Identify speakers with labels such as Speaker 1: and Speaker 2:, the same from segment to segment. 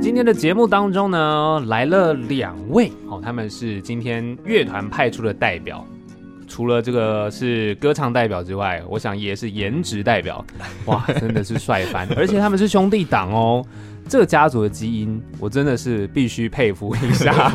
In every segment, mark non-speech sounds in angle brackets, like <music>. Speaker 1: 今天的节目当中呢，来了两位哦，他们是今天乐团派出的代表。除了这个是歌唱代表之外，我想也是颜值代表。哇，真的是帅翻！而且他们是兄弟党哦，这个家族的基因，我真的是必须佩服一下。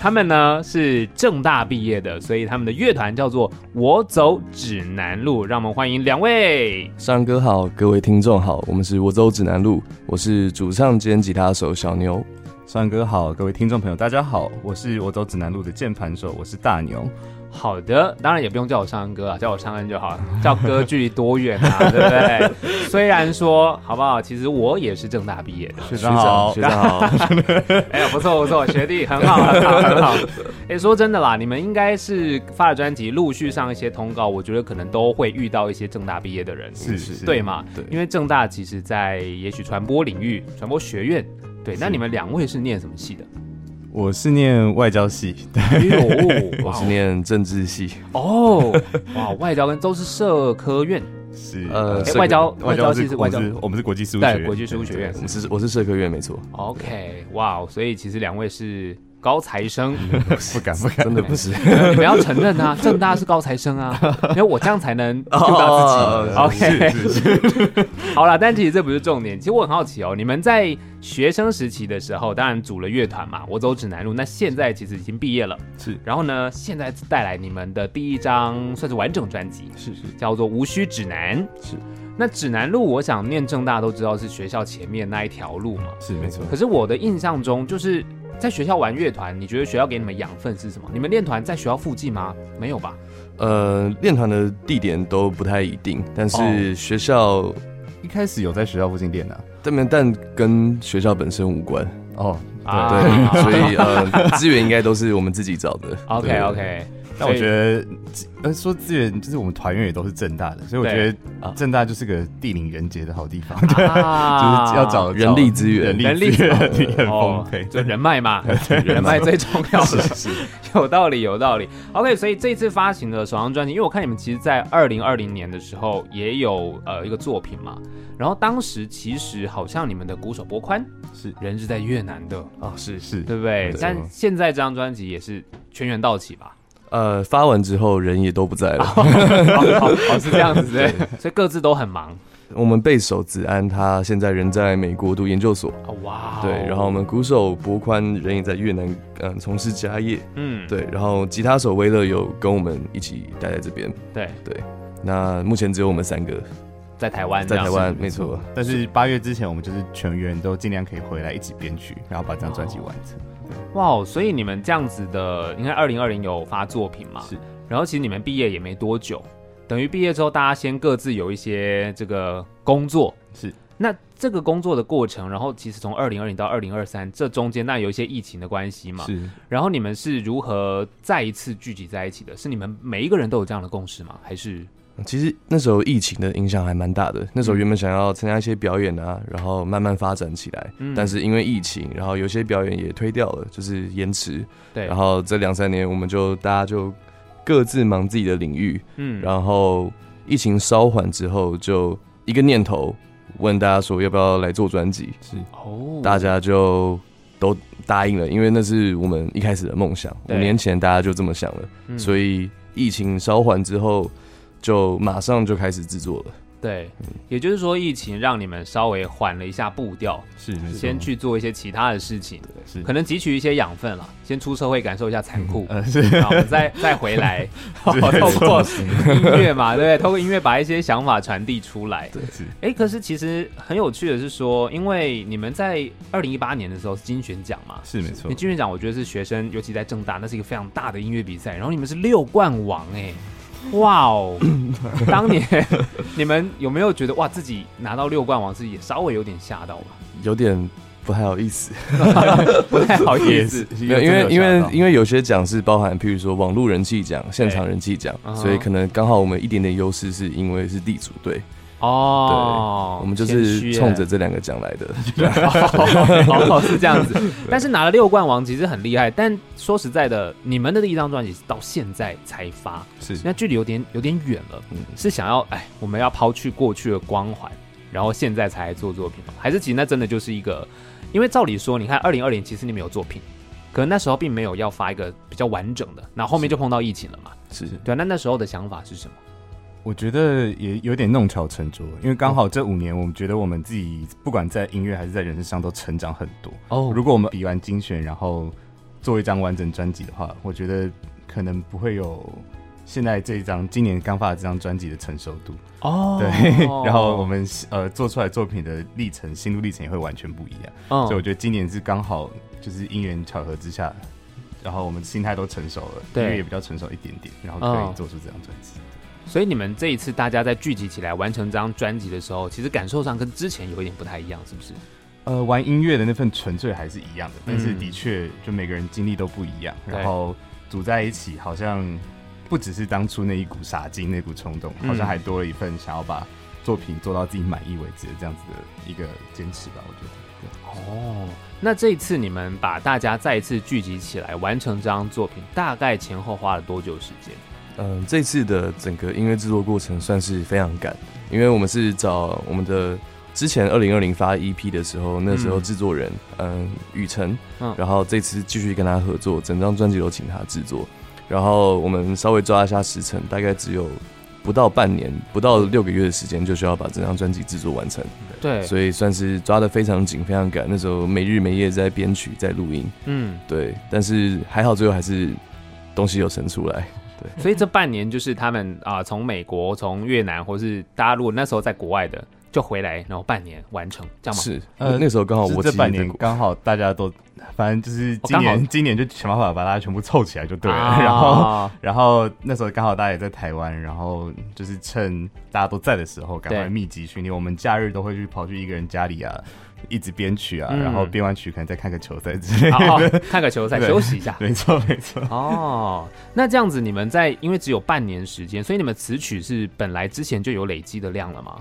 Speaker 1: 他们呢是正大毕业的，所以他们的乐团叫做“我走指南路”。让我们欢迎两位。
Speaker 2: 山哥好，各位听众好，我们是我走指南路，我是主唱兼吉他手小牛。
Speaker 3: 山哥好，各位听众朋友大家好，我是我走指南路的键盘手，我是大牛。
Speaker 1: 好的，当然也不用叫我上恩哥啊，叫我上恩就好，叫哥距离多远啊，对不对？虽然说好不好，其实我也是正大毕
Speaker 2: <laughs>
Speaker 1: 业的，
Speaker 3: 学
Speaker 2: 学长，学长好，
Speaker 1: 哎呀，不错不错，学弟很好很好很好。哎，说真的啦，你们应该是发了专辑，陆续上一些通告，我觉得可能都会遇到一些正大毕业的人，
Speaker 3: <laughs> 是是
Speaker 1: 对嘛？
Speaker 2: 对
Speaker 1: 因为正大其实在也许传播领域、传播学院，对。那你们两位是念什么系的？
Speaker 3: 我是念外交系，对，
Speaker 1: 哎呦，
Speaker 2: 我
Speaker 1: 哇
Speaker 2: 是念政治系，
Speaker 1: 哦，哇，外交跟都是社科院，
Speaker 3: 是
Speaker 2: 呃
Speaker 1: 哎
Speaker 2: 社
Speaker 1: 外交
Speaker 3: 外交系
Speaker 1: 是
Speaker 3: 是
Speaker 1: 外
Speaker 3: 外
Speaker 1: 交
Speaker 3: 交，我们是国际事务学
Speaker 1: 对
Speaker 3: 院，
Speaker 1: 国际事务学院
Speaker 2: 我。们是我是社科院没错，
Speaker 1: OK，哇、所以其实两位是高材生，
Speaker 3: <laughs> 不敢不敢，
Speaker 2: 真的不是。
Speaker 1: 你们要承认啊，正大是高材生啊，因为我这样才能 Q 到
Speaker 2: 哦
Speaker 1: 自己。
Speaker 2: 哦
Speaker 1: OK，
Speaker 3: 是是是，
Speaker 1: <laughs> 好了，但其实这不是重点。其实我很好奇哦，你们在学生时期的时候，当然组了乐团嘛，我走指南路。那现在其实已经毕业了，
Speaker 3: 是。
Speaker 1: 然后呢，现在带来你们的第一张算是完整专辑，
Speaker 3: 是是
Speaker 1: 叫做《无需指南》。
Speaker 3: 是。
Speaker 1: 那指南路，我想念正大都知道是学校前面那一条路嘛。
Speaker 3: 是没错，
Speaker 1: 可是我的印象中，就是在学校玩乐团，你觉得学校给你们养分是什么？你们练团在学校附近吗？没有吧？
Speaker 2: 呃，练团的地点都不太一定，但
Speaker 1: 哦
Speaker 2: 是学校
Speaker 3: 一开始有在学校附近练的啊
Speaker 2: 但没但跟学校本身无关，
Speaker 3: 哦，
Speaker 1: 啊
Speaker 3: <laughs>
Speaker 2: 对，所以呃，资源应该都是我们自己找的。
Speaker 1: OK OK，
Speaker 3: 但我觉得，呃，说资源就是我们团员也都是正大的，所以我
Speaker 1: 对
Speaker 3: 觉得正大就是个地灵人杰的好地方，
Speaker 1: 得啊
Speaker 3: <laughs> 就是要找
Speaker 2: 人力资源
Speaker 3: 人力资源 <laughs> 也很丰沛。
Speaker 1: 哦就人脉嘛， <laughs> 人脉最重要了， <laughs> 有道理，有道理。OK，所以这次发行的首张专辑，因为我看你们其实，在二零二零年的时候也有呃一个作品嘛，然后当时其实好像你们的鼓手博宽
Speaker 3: 是
Speaker 1: 人是在越南的，
Speaker 2: 哦，是
Speaker 3: 是，
Speaker 1: 对不对
Speaker 3: 没？错
Speaker 1: 但现在这张专辑也是全员到齐吧？
Speaker 2: 呃，发完之后人也都不在了。
Speaker 1: 哦，是这样子，对，所以各自都很忙。
Speaker 2: 我们贝手子安他现在人在美国读研究所，
Speaker 1: 哦哇哦，
Speaker 2: 对，然后我们鼓手博宽人也在越南，嗯，从事家业，
Speaker 1: 嗯，
Speaker 2: 对，然后吉他手威勒有跟我们一起待在这边，
Speaker 1: 对，
Speaker 2: 那目前只有我们三个
Speaker 1: 在台湾这
Speaker 2: 在
Speaker 1: 样
Speaker 2: 台
Speaker 1: 子，
Speaker 2: 湾，没错，
Speaker 3: 但是八月之前，我们就是全员都尽量可以回来一起编曲，然后把这张专辑完成。
Speaker 1: 哇哦，所以你们这样子的，应该二零二零有发作品嘛？
Speaker 3: 是。
Speaker 1: 然后其实你们毕业也没多久，等于毕业之后，大家先各自有一些这个工作。
Speaker 3: 是。
Speaker 1: 那这个工作的过程，然后其实从二零二零到二零二三这中间，那有一些疫情的关系嘛？。
Speaker 3: 是，
Speaker 1: 然后你们是如何再一次聚集在一起的？是你们每一个人都有这样的共识吗？还是
Speaker 2: 其实那时候疫情的影响还蛮大的，
Speaker 1: 嗯
Speaker 2: 那时候原本想要参加一些表演啊，然后慢慢发展起来，
Speaker 1: 嗯
Speaker 2: 但是因为疫情，然后有些表演也推掉了，就是延迟，
Speaker 1: 对？
Speaker 2: 然后这两三年我们就大家就各自忙自己的领域，
Speaker 1: 嗯
Speaker 2: 然后疫情稍缓之后，就一个念头问大家说要不要来做专辑，
Speaker 1: 哦，
Speaker 2: 大家就都答应了，因为那是我们一开始的梦想。五
Speaker 1: 对
Speaker 2: 年前大家就这么想了，
Speaker 1: 嗯
Speaker 2: 所以疫情稍缓之后，就马上就开始制作了。
Speaker 1: 对，也就是说，疫情让你们稍微缓了一下步调，
Speaker 3: 是没错
Speaker 1: 先去做一些其他的事情，
Speaker 3: 是
Speaker 1: 可能汲取一些养分了，先出社会感受一下残酷，嗯
Speaker 3: 呃是
Speaker 1: 然后我们再 <laughs> 再回
Speaker 3: <laughs>
Speaker 1: 来，透
Speaker 3: 对
Speaker 1: 过音乐嘛，对不对？透过音乐把一些想法传递出来。
Speaker 3: 是
Speaker 1: 哎，可是其实很有趣的是说，因为你们在二零一八年的时候是金选奖嘛，
Speaker 3: 是没错
Speaker 1: 你，金曲奖，我觉得是学生，尤其在正大，那是一个非常大的音乐比赛。然后你们是六冠王、
Speaker 3: <laughs>
Speaker 1: 哎，哇哦！当年 <laughs> 你们有没有觉得哇，自己拿到六冠王是也稍微有点吓到吧？
Speaker 3: <laughs>
Speaker 2: 有点不太好意思，
Speaker 1: <laughs> 不太好意
Speaker 3: 也
Speaker 1: 思
Speaker 3: 是，
Speaker 2: 没有，因为因为因
Speaker 3: 为
Speaker 2: 为有些奖是包含，譬如说网络人气奖、现场人气奖
Speaker 1: 嗯，哼
Speaker 2: 所以可能刚好我们一点点优势，是因为是地主队，
Speaker 1: 哦，
Speaker 2: 我们就
Speaker 1: 谦虚
Speaker 2: 是
Speaker 1: 耶
Speaker 2: 冲着这两个奖来
Speaker 1: <laughs>
Speaker 2: 的。
Speaker 1: 哦是这
Speaker 2: <laughs>
Speaker 1: 样子。但是拿了六冠王其实很厉害，但说实在的，你们的第一张专辑是到现在才发，
Speaker 3: 是
Speaker 1: 那距离有点有点远了，
Speaker 2: 嗯
Speaker 1: 是想要哎，我们要抛去过去的光环，然后现在才来做作品吗？还是其实那真的就是一个因为照理说，你看二零二零其实你们有作品，可能那时候并没有要发一个比较完整的，然后后面就碰到疫情了嘛。
Speaker 2: 是
Speaker 1: 对啊，那那时候的想法是什么？
Speaker 3: 我觉得也有点弄巧成拙，因为刚好这五年，我们觉得我们自己不管在音乐还是在人生上都成长很多。
Speaker 1: 哦
Speaker 3: 如果我们比完精选，然后做一张完整专辑的话，我觉得可能不会有现在这一张今年刚发的这张专辑的成熟度。
Speaker 1: 哦
Speaker 3: 对，
Speaker 2: <laughs>
Speaker 3: <laughs> 然后我们呃做出来作品的历程、心路历程也会完全不一样。
Speaker 1: 嗯
Speaker 3: 所以我觉得今年是刚好就是因缘巧合之下，然后我们心态都成熟了，
Speaker 1: 对
Speaker 3: 音乐也比较成熟一点点，然后可
Speaker 1: 哦
Speaker 3: 以做出这张专辑。
Speaker 1: 所以你们这一次大家在聚集起来完成这张专辑的时候，其实感受上跟之前有一点不太一样，是不是？
Speaker 3: 呃，玩音乐的那份纯粹还是一样的，但是
Speaker 1: 嗯
Speaker 3: 的确就每个人经历都不一样，
Speaker 1: 对
Speaker 3: 然后组在一起好像不只是当初那一股傻劲、那股冲动，
Speaker 1: 嗯
Speaker 3: 好像还多了一份想要把作品做到自己满意为止的这样子的一个坚持吧，我觉得。对
Speaker 1: 哦，那这一次你们把大家再一次聚集起来完成这张作品，大概前后花了多久时间？
Speaker 2: 嗯、这次的整个音乐制作过程算是非常赶，因为我们是找我们的之前二零二零发 EP 的时候，那时候
Speaker 1: 嗯
Speaker 2: 制作人嗯雨辰，
Speaker 1: 嗯
Speaker 2: 然后这次继续跟他合作，整张专辑都请他制作，然后我们稍微抓一下时程，大概只有不到半年，不到六个月的时间就需要把整张专辑制作完成，
Speaker 1: 对，
Speaker 2: 所以算是抓的非常紧，非常赶。那时候没日没夜在编曲，在录音，
Speaker 1: 嗯，
Speaker 2: 对，但是还好最后还是东西有生出来。
Speaker 1: 所以这半年就是他们啊，从、美国、从越南，或是大家如果那时候在国外的，就回来，然后半年完成，这样吗？
Speaker 2: 是，
Speaker 3: 呃
Speaker 2: 那那时候刚好
Speaker 3: 就是
Speaker 2: 哦我
Speaker 3: 这
Speaker 2: 其实
Speaker 3: 半
Speaker 2: 在
Speaker 3: 年
Speaker 2: 国
Speaker 3: 刚好大家都，反正就是今
Speaker 1: 哦刚好
Speaker 3: 年今年就想办法把大家全部凑起来就对了，
Speaker 1: 啊
Speaker 3: <laughs> 然后然后那时候刚好大家也在台湾，然后就是趁大家都在的时候，赶快
Speaker 1: 对
Speaker 3: 密集训练。我们假日都会去跑去一个人家里啊，一直编曲啊，
Speaker 1: 嗯
Speaker 3: 然后编完曲可能再看个球赛之类
Speaker 1: 好好
Speaker 3: 的。
Speaker 1: 看个球赛，
Speaker 3: 对
Speaker 1: 休息一下。
Speaker 3: <laughs> 没错，没错。
Speaker 1: <laughs> 哦，那这样子你们在因为只有半年时间，所以你们词曲是本来之前就有累积的量了吗？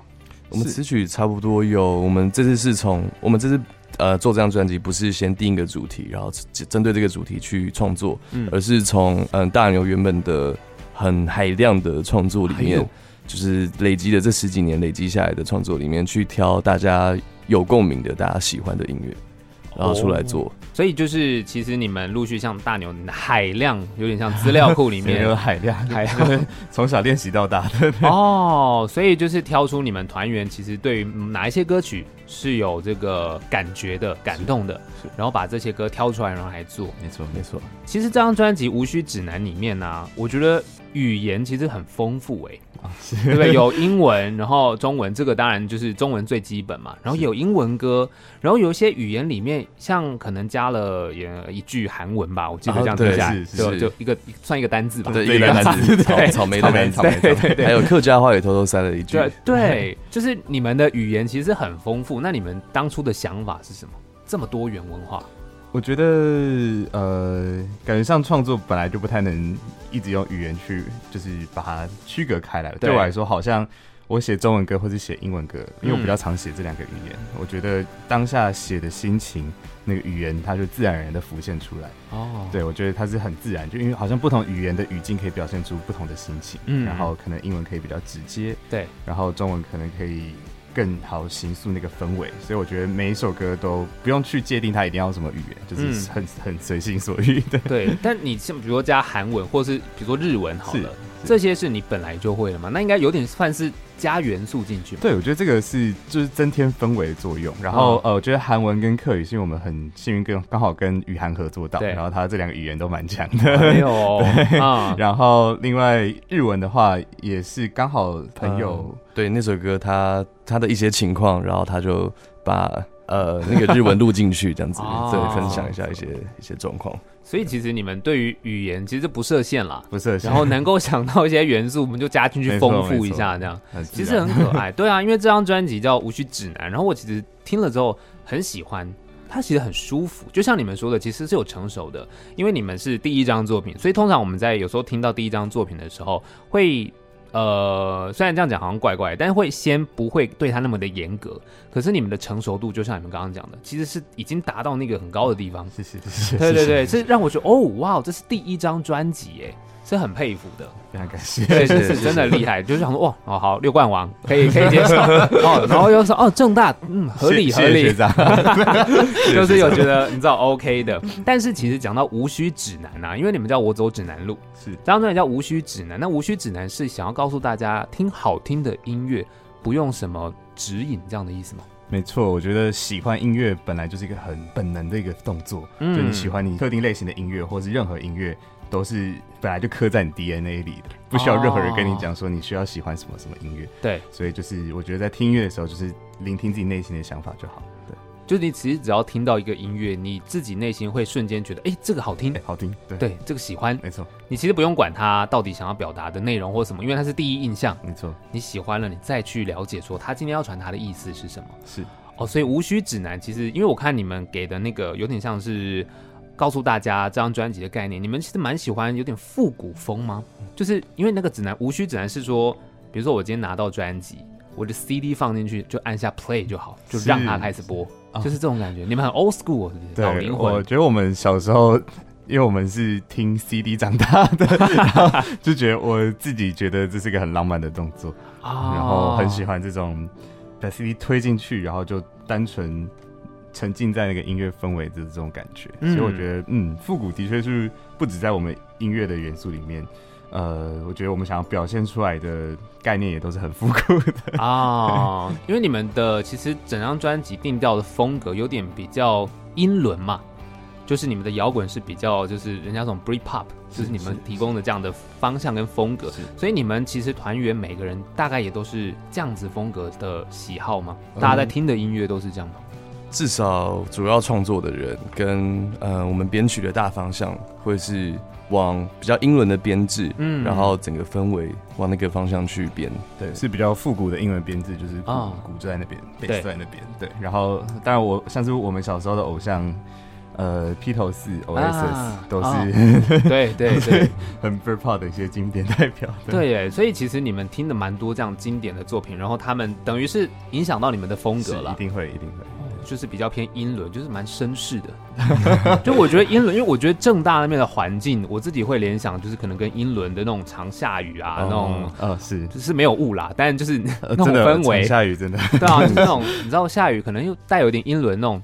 Speaker 2: 我们词曲差不多有，我们这次是从我们这次呃做这张专辑，不是先定一个主题，然后只针对这个主题去创作，
Speaker 1: 嗯
Speaker 2: 而是从嗯、呃大牛原本的很海量的创作里
Speaker 1: 哎
Speaker 2: 面
Speaker 1: 呦，
Speaker 2: 就是累积的这十几年累积下来的创作里面，去挑大家有共鸣的、大家喜欢的音乐，然后出来做。
Speaker 1: 所以就是其实你们陆续像大牛海量，有点像资料库里
Speaker 3: <laughs> 没 <laughs> 有
Speaker 1: 面
Speaker 3: 海量，
Speaker 1: 海
Speaker 3: <laughs> 从小练习到大的。
Speaker 1: <laughs> 哦，所以就是挑出你们团员其实对于哪一些歌曲是有这个感觉的、感动的，然后把这些歌挑出来，然后来做。
Speaker 3: 没错，
Speaker 2: 没错，
Speaker 1: 其实这张专辑《无需指南》里面呢、我觉得语言其实很丰富诶、
Speaker 2: 哦
Speaker 3: 是
Speaker 1: 对不对？有英文，然后中文，这个当然就是中文最基本嘛。然后有英文歌，然后有一些语言里面，像可能加了也呃一句韩文吧，我记得
Speaker 2: 啊
Speaker 1: 这样
Speaker 2: 对
Speaker 1: 听下来，
Speaker 3: 是是
Speaker 1: 就是就一个算一个单字吧。
Speaker 2: 对，
Speaker 3: 哦对
Speaker 2: 一个
Speaker 3: 蓝
Speaker 2: 单词，草
Speaker 3: 莓
Speaker 2: 草莓
Speaker 3: 草
Speaker 2: 的
Speaker 3: 莓
Speaker 2: 单词，
Speaker 3: 草莓啊草莓
Speaker 2: 还有客家话也偷偷塞了一句。
Speaker 1: 对对，就是你们的语言其实很丰富。那你们当初的想法是什么？这么多元文化，
Speaker 3: 我觉得呃，感觉上创作本来就不太能一直用语言去，就是把它区隔开来。
Speaker 1: 对
Speaker 3: 对我来说，好像我写中文歌或是写英文歌，因为我
Speaker 1: 嗯
Speaker 3: 比较常写这两个语言，我觉得当下写的心情，那个语言它就自然而然的浮现出来。
Speaker 1: 哦，
Speaker 3: 对，我觉得它是很自然，就因为好像不同语言的语境可以表现出不同的心情，
Speaker 1: 嗯
Speaker 3: 然后可能英文可以比较直接，
Speaker 1: 对，
Speaker 3: 然后中文可能可以更好形塑那个氛围，所以我觉得每一首歌都不用去界定它一定要什么语言，就是
Speaker 1: 嗯
Speaker 3: 很、很随心所欲的。 <laughs>
Speaker 1: 对。但你像比如说加韩文，或是比如说日文好
Speaker 3: 是
Speaker 1: 了，这些是你本来就会了嘛？那应该有点算是加元素进
Speaker 3: <laughs>
Speaker 1: 去嘛。
Speaker 3: 对，我觉得这个是就是增添氛围的作用。然后、呃，我觉得韩文跟客语是因为我们很幸运跟刚好跟雨韩合作到，
Speaker 1: 对
Speaker 3: 然后它这两个语言都蛮强的。
Speaker 1: 没有
Speaker 3: <laughs>
Speaker 1: 啊，
Speaker 3: 然后另外日文的话也是刚好朋友、
Speaker 2: 嗯对那首歌他，他的一些情况，然后他就把呃那个日文录进去，这
Speaker 3: <laughs>
Speaker 2: 样子
Speaker 1: 哦，
Speaker 2: 对，分享一下一些一些状况。
Speaker 1: 所以其实你们对于语言其实不设限
Speaker 3: <laughs>
Speaker 1: 啦，
Speaker 3: 不是很像，
Speaker 1: 然后能够想到一些元素，我们就加进去
Speaker 3: 没错
Speaker 1: 丰富
Speaker 3: 没
Speaker 1: 一
Speaker 3: 错
Speaker 1: 下，这样
Speaker 3: 很
Speaker 1: 其
Speaker 3: 自
Speaker 1: 实
Speaker 3: 然
Speaker 1: 很可爱。对啊，因为这张专辑叫《无需指南》，然后我其实听了之后很喜欢。它其实很舒服，就像你们说的，其实是有成熟的，因为你们是第一张作品，所以通常我们在有时候听到第一张作品的时候，会呃，虽然这样讲好像怪怪，但是会先不会对它那么的严格，可是你们的成熟度，就像你们刚刚讲的，其实是已经达到那个很高的地方，
Speaker 3: 谢谢谢谢，
Speaker 1: 对对
Speaker 3: 谢谢
Speaker 1: 对，是让我觉得哦哇，这是第一张专辑哎，是很佩服的，
Speaker 3: 非常感谢。
Speaker 1: <laughs> 对，
Speaker 2: 谢
Speaker 1: 是
Speaker 2: 谢
Speaker 1: 真的厉害，就是想说哇，哦好，六冠王可以可以接受哦，然后又说哦正大，嗯，合理
Speaker 3: 谢
Speaker 1: 合
Speaker 3: 谢
Speaker 1: 理
Speaker 3: 学，
Speaker 1: <laughs>
Speaker 3: 长，
Speaker 1: 就是有觉得你知道 OK 的，但是其实讲到无需指南啊，因为你们叫我走指南路，
Speaker 3: 是
Speaker 1: 当然叫无需指南。那无需指南是想要告诉大家，听好听的音乐，不用什么指引这样的意思吗？
Speaker 3: 没错，我觉得喜欢音乐本来就是一个很本能的一个动作，
Speaker 1: 嗯
Speaker 3: 就你喜欢你特定类型的音乐，或是任何音乐，都是本来就刻在你 DNA 里的，不需要任何人跟你讲说你需要喜欢什么什么音乐。
Speaker 1: 对，
Speaker 3: 所以就是我觉得在听音乐的时候，就是聆听自己内心的想法就好。
Speaker 1: 就是你其实只要听到一个音乐，你自己内心会瞬间觉得，哎、这个好听
Speaker 3: 哎、，好听，对，
Speaker 1: 对，这个喜欢。
Speaker 3: 没错，
Speaker 1: 你其实不用管它到底想要表达的内容或什么，因为它是第一印象，
Speaker 3: 没错，
Speaker 1: 你喜欢了，你再去了解说他今天要传达的意思是什么。
Speaker 3: 是
Speaker 1: 哦，所以无需指南，其实因为我看你们给的那个有点像是告诉大家这张专辑的概念，你们其实蛮喜欢有点复古风吗？就是因为那个指南无需指南是说，比如说我今天拿到专辑，我的 CD 放进去就按下 play 就好，就是让它开始播，就是这种感觉。你们很 old school，是哦不是？老
Speaker 3: 啊对，
Speaker 1: 灵
Speaker 3: 我
Speaker 1: 魂。
Speaker 3: 觉得我们小时候，因为我们是听 CD 长大的，
Speaker 1: <laughs>
Speaker 3: 然后就觉得我自己觉得这是一个很浪漫的动作，
Speaker 1: 啊
Speaker 3: 然后很喜欢这种把 CD 推进去，然后就单纯沉浸在那个音乐氛围的这种感觉。
Speaker 1: 嗯
Speaker 3: 所以我觉得，嗯，复古的确是不止在我们音乐的元素里面。呃，我觉得我们想要表现出来的概念也都是很复古的，
Speaker 1: 啊、因为你们的其实整张专辑定调的风格有点比较英伦嘛，就是你们的摇滚是比较就是人家这种 Britpop，就是你们提供的这样的方向跟风格，所以你们其实团员每个人大概也都是这样子风格的喜好吗？大家在听的音乐都是这样吗？
Speaker 2: 至少主要创作的人跟呃我们编曲的大方向会是往比较英伦的编制，
Speaker 1: 嗯
Speaker 2: 然后整个氛围往那个方向去编。
Speaker 3: 对，是比较复古的英文编制，就是鼓、
Speaker 1: 啊
Speaker 3: 鼓就在那边，贝
Speaker 1: 对
Speaker 3: 斯在那边，对。然后，当然我像是我们小时候的偶像，呃，披头士、Oasis、
Speaker 1: 啊
Speaker 3: 都是、
Speaker 1: 对对对
Speaker 3: <laughs>
Speaker 1: <laughs>
Speaker 3: 很 b r p o p 的一些经典代表。
Speaker 1: 对耶，所以其实你们听的蛮多这样经典的作品，然后他们等于是影响到你们的风格哦
Speaker 3: 是一
Speaker 1: 了。
Speaker 3: 定会，一定会。
Speaker 1: 就是比较偏英伦，就是蛮绅士的。 <laughs> 就我觉得英伦，因为我觉得正大那边的环境，我自己会联想，就是可能跟英伦的那种常下雨啊，那种
Speaker 3: 呃是，
Speaker 1: 就是没有雾啦，但就是 <laughs> 那
Speaker 3: 呃
Speaker 1: 种
Speaker 3: 真的
Speaker 1: 氛围
Speaker 3: 常，下雨真的
Speaker 1: <laughs> 对啊，就是那种你知道下雨可能又带有点英伦那种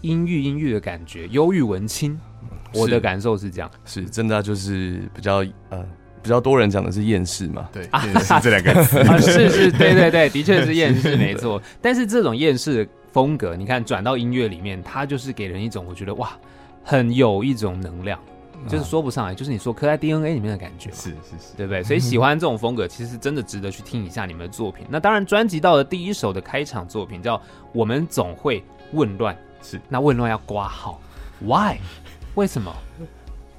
Speaker 1: 阴郁阴郁的感觉，忧郁文青。我的
Speaker 2: 是
Speaker 1: 感受是这样，
Speaker 2: 是真的就是比较呃比较多人讲的是厌世嘛，
Speaker 3: 对，是这两个
Speaker 1: <laughs>
Speaker 3: 词。
Speaker 1: 啊，是
Speaker 3: <laughs>
Speaker 1: 是，对对对，的确是厌世，没错。但是这种厌世风格，你看转到音乐里面，它就是给人一种我觉得哇，很有一种能量，就是说不上来，就是你说刻在 DNA 里面的感觉，
Speaker 3: 嗯是是是，
Speaker 1: 对不对？所以喜欢这种风格，其实真的值得去听一下你们的作品。那当然，专辑到的第一首的开场作品叫《我们总会混乱》，
Speaker 3: 是
Speaker 1: 那混乱要挂号，Why？为什么？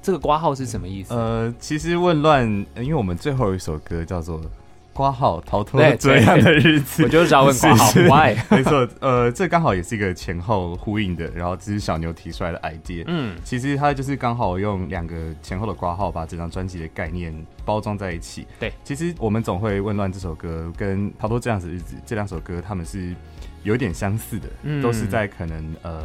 Speaker 1: 这个挂号是什么意思？
Speaker 3: 呃，其实混乱，呃因为我们最后一首歌叫做《挂号逃脱
Speaker 1: 对
Speaker 3: 这样的日子》，
Speaker 1: 我就是要问挂号
Speaker 3: 是是 <laughs>
Speaker 1: Why？
Speaker 3: 没错，呃，这刚好也是一个前后呼应的，然后这是小牛提出来的 idea。
Speaker 1: 嗯，
Speaker 3: 其实它就是刚好用两个前后的挂号把整张专辑的概念包装在一起。
Speaker 1: 对，
Speaker 3: 其实我们总会问乱这首歌跟《逃脱这样子的日子》这两首歌，他们是有点相似的，
Speaker 1: 嗯
Speaker 3: 都是在可能呃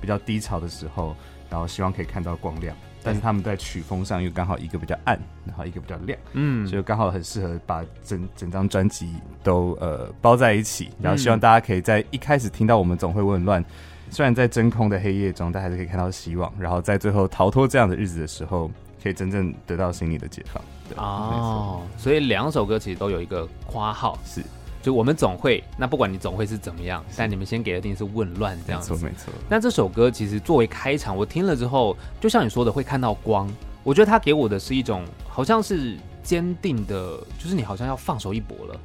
Speaker 3: 比较低潮的时候，然后希望可以看到光亮，但是他们在曲风上又刚好一个比较暗，然后一个比较亮，
Speaker 1: 嗯，
Speaker 3: 所以刚好很适合把整整张专辑都呃包在一起，然后希望大家可以在一开始听到我们总会混乱，虽然在真空的黑夜中，但还是可以看到希望，然后在最后逃脱这样的日子的时候，可以真正得到心理的解放。对，
Speaker 1: 哦，所以两首歌其实都有一个括号，
Speaker 3: 没错是
Speaker 1: 就我们总会，那不管你总会是怎么样，但你们先给的定义是混乱这
Speaker 3: 没
Speaker 1: 样
Speaker 3: 错
Speaker 1: 子。
Speaker 3: 没错，
Speaker 1: 那这首歌其实作为开场，我听了之后，就像你说的，会看到光。我觉得它给我的是一种好像是坚定的，就是你好像要放手一搏了，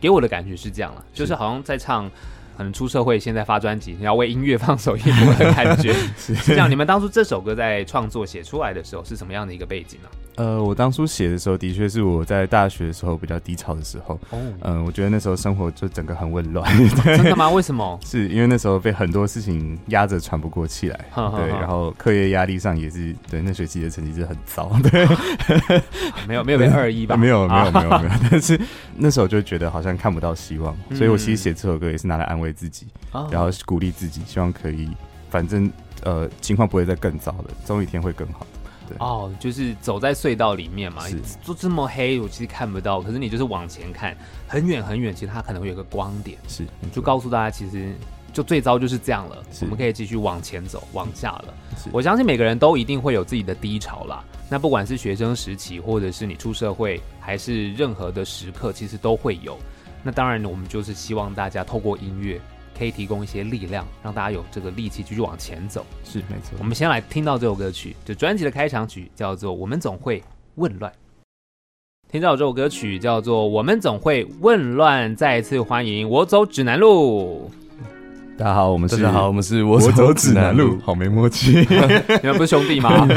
Speaker 1: 给我的感觉是这样了，就是好像在唱。可能出社会，现在发专辑，你要为音乐放手一搏的感
Speaker 3: <laughs>
Speaker 1: 觉是这样。你们当初这首歌在创作写出来的时候是什么样的一个背景呢、啊
Speaker 3: 呃，我当初写的时候，的确是我在大学的时候比较低潮的时候，
Speaker 1: 哦，
Speaker 3: 嗯、我觉得那时候生活就整个很混乱， <laughs>
Speaker 1: 呃真的吗？为什么？
Speaker 3: 是因为那时候被很多事情压着喘不过气来，
Speaker 1: 哈哈
Speaker 3: 对，
Speaker 1: 哈
Speaker 3: 然后课业压力上也是，对，那学期的成绩是很糟，对。
Speaker 1: 没有没有被二一吧？
Speaker 3: 没有没
Speaker 1: 啊
Speaker 3: 有没有没有，但是那时候就觉得好像看不到希望，
Speaker 1: 嗯
Speaker 3: 所以我其实写这首歌也是拿来安慰自己，
Speaker 1: 哦
Speaker 3: 然后鼓励自己，希望可以，反正呃情况不会再更糟了，总有一天会更好。对，
Speaker 1: 哦，就是走在隧道里面嘛
Speaker 3: 是，
Speaker 1: 就这么黑，我其实看不到，可是你就是往前看，很远很远，其实它可能会有一个光点，
Speaker 3: 是
Speaker 1: 就告诉大家，其实就最糟就是这样了，
Speaker 3: 是
Speaker 1: 我们可以继续往前走，往下了
Speaker 3: 是。
Speaker 1: 我相信每个人都一定会有自己的低潮啦，那不管是学生时期，或者是你出社会，还是任何的时刻，其实都会有。那当然，我们就是希望大家透过音乐，可以提供一些力量，让大家有这个力气继续往前走。
Speaker 3: 是没错
Speaker 1: 我。们先来听到这首歌曲，就专辑的开场曲叫做《我们总会混乱》。听到这首歌曲叫做《我们总会混乱》，再一次欢迎我走指南路。
Speaker 3: 大家好，我们
Speaker 2: 大
Speaker 3: 是
Speaker 2: 家好，我们是我
Speaker 3: 我
Speaker 2: 走
Speaker 3: 走指南路，，好没默契。
Speaker 1: 你们不是兄弟吗？ <laughs>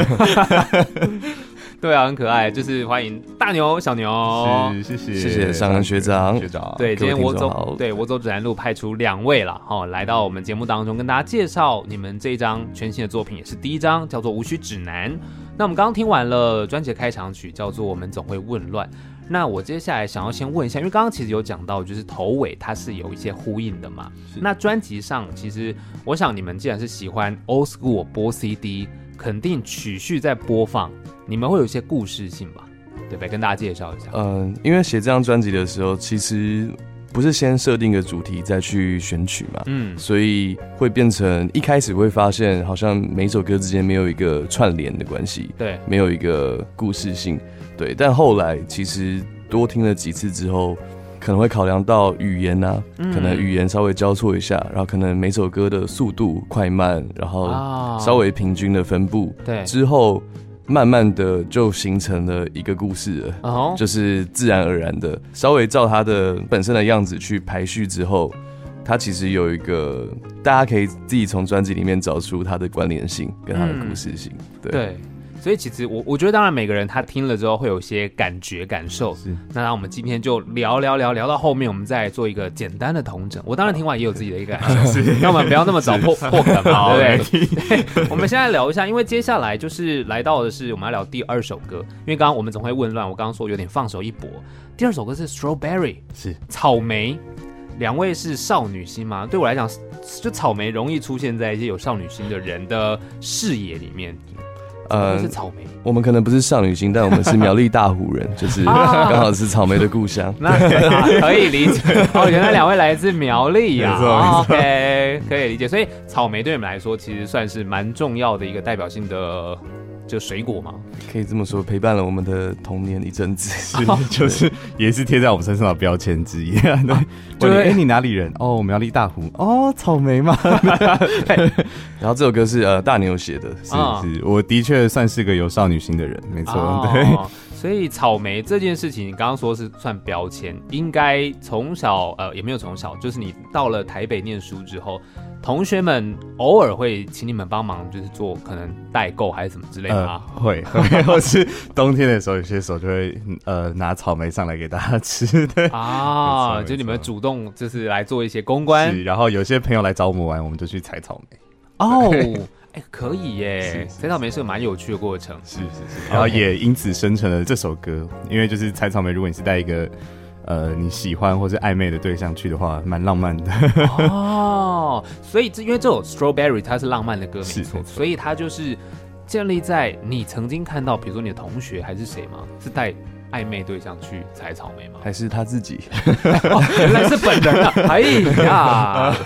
Speaker 1: 对啊，很可爱，就是欢迎大牛、小
Speaker 3: <laughs>
Speaker 1: 牛。
Speaker 3: 是，谢谢，
Speaker 2: 谢谢尚恩学长
Speaker 3: 学长，
Speaker 1: 对，
Speaker 2: 各
Speaker 1: 今
Speaker 2: 位
Speaker 1: 天我
Speaker 2: 听众好
Speaker 1: 走，对我走指南路派出两位了，哦，来到我们节目当中，跟大家介绍你们这一张全新的作品，也是第一张，叫做《无需指南》。那我们刚刚听完了专辑的开场曲，叫做《我们总会混乱》。那我接下来想要先问一下，因为刚刚其实有讲到，就是头尾它是有一些呼应的嘛。那专辑上，其实我想你们既然是喜欢 old school 播 CD，肯定曲序在播放，你们会有一些故事性吧？对不对？跟大家介绍一下。
Speaker 2: 嗯，因为写这张专辑的时候，其实不是先设定个主题再去选曲嘛，
Speaker 1: 嗯，
Speaker 2: 所以会变成一开始会发现好像每首歌之间没有一个串联的关系，
Speaker 1: 对，
Speaker 2: 没有一个故事性，对。但后来其实多听了几次之后，可能会考量到语言啊，
Speaker 1: 嗯
Speaker 2: 可能语言稍微交错一下，然后可能每首歌的速度快慢，然后
Speaker 1: 啊
Speaker 2: 哦稍微平均的分布，
Speaker 1: 对，
Speaker 2: 之后慢慢的就形成了一个故事了。
Speaker 1: 哦，
Speaker 2: 就是自然而然的，稍微照它的本身的样子去排序之后，它其实有一个大家可以自己从专辑里面找出它的关联性跟它的故事性。对，
Speaker 1: 对。所以其实我我觉得，当然每个人他听了之后会有一些感觉感受。
Speaker 3: 是
Speaker 1: 那那我们今天就聊聊聊聊到后面，我们再做一个简单的统整。我当然听完也有自己的一个感受，那我们不要那么早破破梗嘛，对不对？对我们现在聊一下，因为接下来就是来到的是我们要聊第二首歌，因为刚刚我们总会混乱，我刚刚说有点放手一搏。第二首歌是 Strawberry，
Speaker 3: 是
Speaker 1: 草莓。两位是少女心吗？对我来讲，就草莓容易出现在一些有少女心的人的视野里面。呃，是草莓，
Speaker 2: 我们可能不是少女心，但我们是苗栗大湖人，就是
Speaker 1: 啊
Speaker 2: 刚好是草莓的故乡。
Speaker 1: <laughs> 那啊可以理解。哦，原来两位来自苗栗呀、
Speaker 3: 没错没错
Speaker 1: OK，可以理解。所以草莓对你们来说，其实算是蛮重要的一个代表性的就水果嘛。
Speaker 2: 可以这么说，陪伴了我们的童年一阵子。 <laughs>
Speaker 3: 是，就是也是贴在我们身上的标签之一。对，
Speaker 1: 对
Speaker 3: 问你哎，你哪里人？哦，苗栗大湖。哦，草莓嘛。
Speaker 2: 然后这首歌是呃大牛写的，
Speaker 3: 是
Speaker 1: 啊
Speaker 3: 是，我的确算是个有少女心的人，没错。对，
Speaker 1: 哦，所以草莓这件事情，你刚刚说是算标签，应该从小呃也没有从小，就是你到了台北念书之后，同学们偶尔会请你们帮忙，就是做可能代购还是什么之类的
Speaker 3: 呃，
Speaker 1: 啊。
Speaker 3: 会， <laughs> 会，或是冬天的时候，有些时候就会嗯呃拿草莓上来给大家吃，对，呃没
Speaker 1: 啊，
Speaker 3: 错
Speaker 1: 就你
Speaker 3: 没
Speaker 1: 们
Speaker 3: 错
Speaker 1: 主动就是来做一些公关
Speaker 3: 是然后有些朋友来找我们玩，我们就去采草莓，
Speaker 1: 哦，哎，可以耶
Speaker 3: 是，是
Speaker 1: 这倒没是个蛮有趣的过程。
Speaker 3: 是是是，然后也因此生成了这首歌，因为就是采草莓，如果你是带一个呃你喜欢或是暧昧的对象去的话，蛮浪漫的，
Speaker 1: 哦，所以这因为这首 Strawberry 它是浪漫的歌，
Speaker 3: 是
Speaker 1: 没错，
Speaker 3: 没错
Speaker 1: 所以它就是建立在你曾经看到，比如说你的同学还是谁吗？是带暧昧对象去采草莓吗
Speaker 2: <laughs> ？还是他自己。
Speaker 1: 哦，原来是本人啊！哎呀，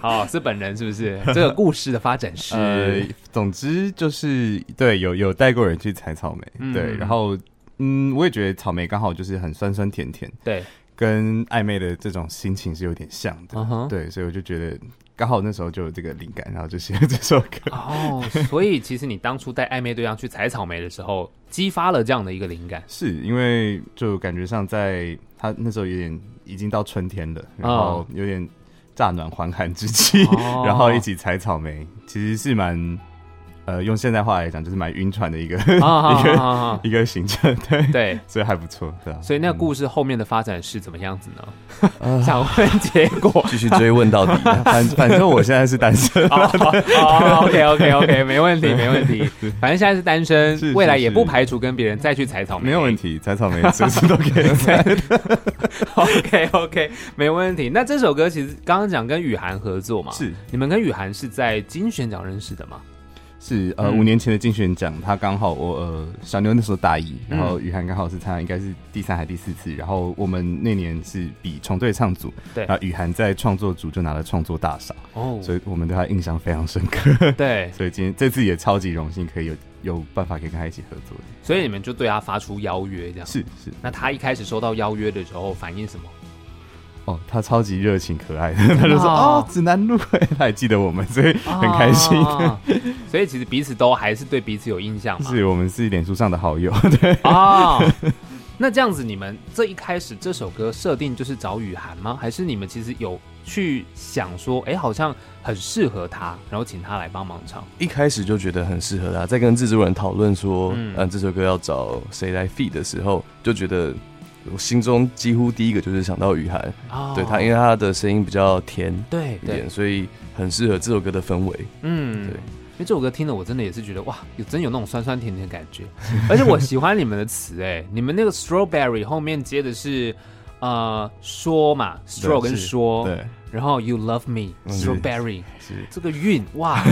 Speaker 1: 好，是本人是不是？这个故事的发展是、
Speaker 3: 呃，总之就是对，有有带过人去采草莓，
Speaker 1: 嗯
Speaker 3: 对，然后嗯，我也觉得草莓刚好就是很酸酸甜甜，
Speaker 1: 对，
Speaker 3: 跟暧昧的这种心情是有点像的。
Speaker 1: 嗯哼，
Speaker 3: 对，所以我就觉得刚好那时候就有这个灵感，然后就写了 <laughs> 这首歌。
Speaker 1: 哦，所以其实你当初带暧昧对象去采草莓的时候，激发了这样的一个灵感。
Speaker 3: 是因为就感觉上在他那时候有点已经到春天了，然后有点乍暖还寒之际，
Speaker 1: 哦
Speaker 3: <laughs> 然后一起采草莓，其实是蛮呃用现代话来讲就是蛮晕船的一个、
Speaker 1: 啊啊
Speaker 3: 一个
Speaker 1: 啊啊啊
Speaker 3: <laughs> 一个行程，对，
Speaker 1: 对，
Speaker 3: 所以还不错，对啊。
Speaker 1: 所以那个故事后面的发展是怎么样子呢？<laughs>
Speaker 3: 呃
Speaker 1: 想问结果。，
Speaker 2: 继续追问到底，
Speaker 3: 反反正我现在是单身
Speaker 1: <laughs>
Speaker 3: <laughs>
Speaker 1: 哦，OK OK <laughs> OK，没问题没问题。反正现在是单身
Speaker 3: 是，是
Speaker 1: 未来也不
Speaker 3: 是
Speaker 1: 排除跟别人再去采草莓。
Speaker 3: 没有问题，采草莓 <laughs> 随时都可以
Speaker 1: <laughs>
Speaker 3: 采。
Speaker 1: OK OK，没问题。那这首歌其实刚刚讲跟雨涵合作嘛，
Speaker 3: 是
Speaker 1: 你们跟雨涵是在金选奖认识的吗？
Speaker 3: 是呃
Speaker 1: 嗯
Speaker 3: 五年前的竞选奖，他刚好我呃小牛那时候大一，然后雨涵刚好是参加应该是第三还第四次，然后我们那年是比重对唱组，
Speaker 1: 对
Speaker 3: 然后雨涵在创作组就拿了创作大赏，
Speaker 1: 哦，
Speaker 3: 所以我们对他印象非常深刻，
Speaker 1: 对，
Speaker 3: 所以今天这次也超级荣幸可以有有办法可以跟他一起合作，
Speaker 1: 所以你们就对他发出邀约这样。
Speaker 3: 是是
Speaker 1: 那他一开始收到邀约的时候反应什么？
Speaker 3: 哦，他超级热情可爱的， <laughs> 他就说
Speaker 1: 哦
Speaker 3: 哦指南路，他还记得我们，所以很开心。
Speaker 1: 啊 <laughs> 所以其实彼此都还是对彼此有印象嘛。
Speaker 3: <laughs> 是我们是脸书上的好友，对，
Speaker 1: 啊。那这样子，你们这一开始这首歌设定就是找雨涵吗？还是你们其实有去想说，哎、好像很适合他，然后请他来帮忙唱？
Speaker 2: 一开始就觉得很适合他，在跟制作人讨论说，
Speaker 1: 嗯
Speaker 2: 嗯、这首歌要找谁来 feed 的时候，就觉得我心中几乎第一个就是想到雨涵，
Speaker 1: 啊
Speaker 2: 对他，因为他的声音比较甜
Speaker 1: 对
Speaker 2: 一
Speaker 1: 对
Speaker 2: 点，，所以很适合这首歌的氛围。 <laughs>
Speaker 1: 嗯，
Speaker 2: 对
Speaker 1: 因为这首歌听了，我真的也是觉得哇，有真有那种酸酸甜甜的感觉，而且我喜欢你们的词，哎，你们那个 strawberry 后面接的是呃说嘛，straw 跟
Speaker 3: 是
Speaker 1: 说，
Speaker 3: 对，嗯
Speaker 1: 然后 you love me
Speaker 2: 是
Speaker 1: strawberry
Speaker 3: 是
Speaker 1: 这个韵
Speaker 3: <laughs>
Speaker 1: 哇，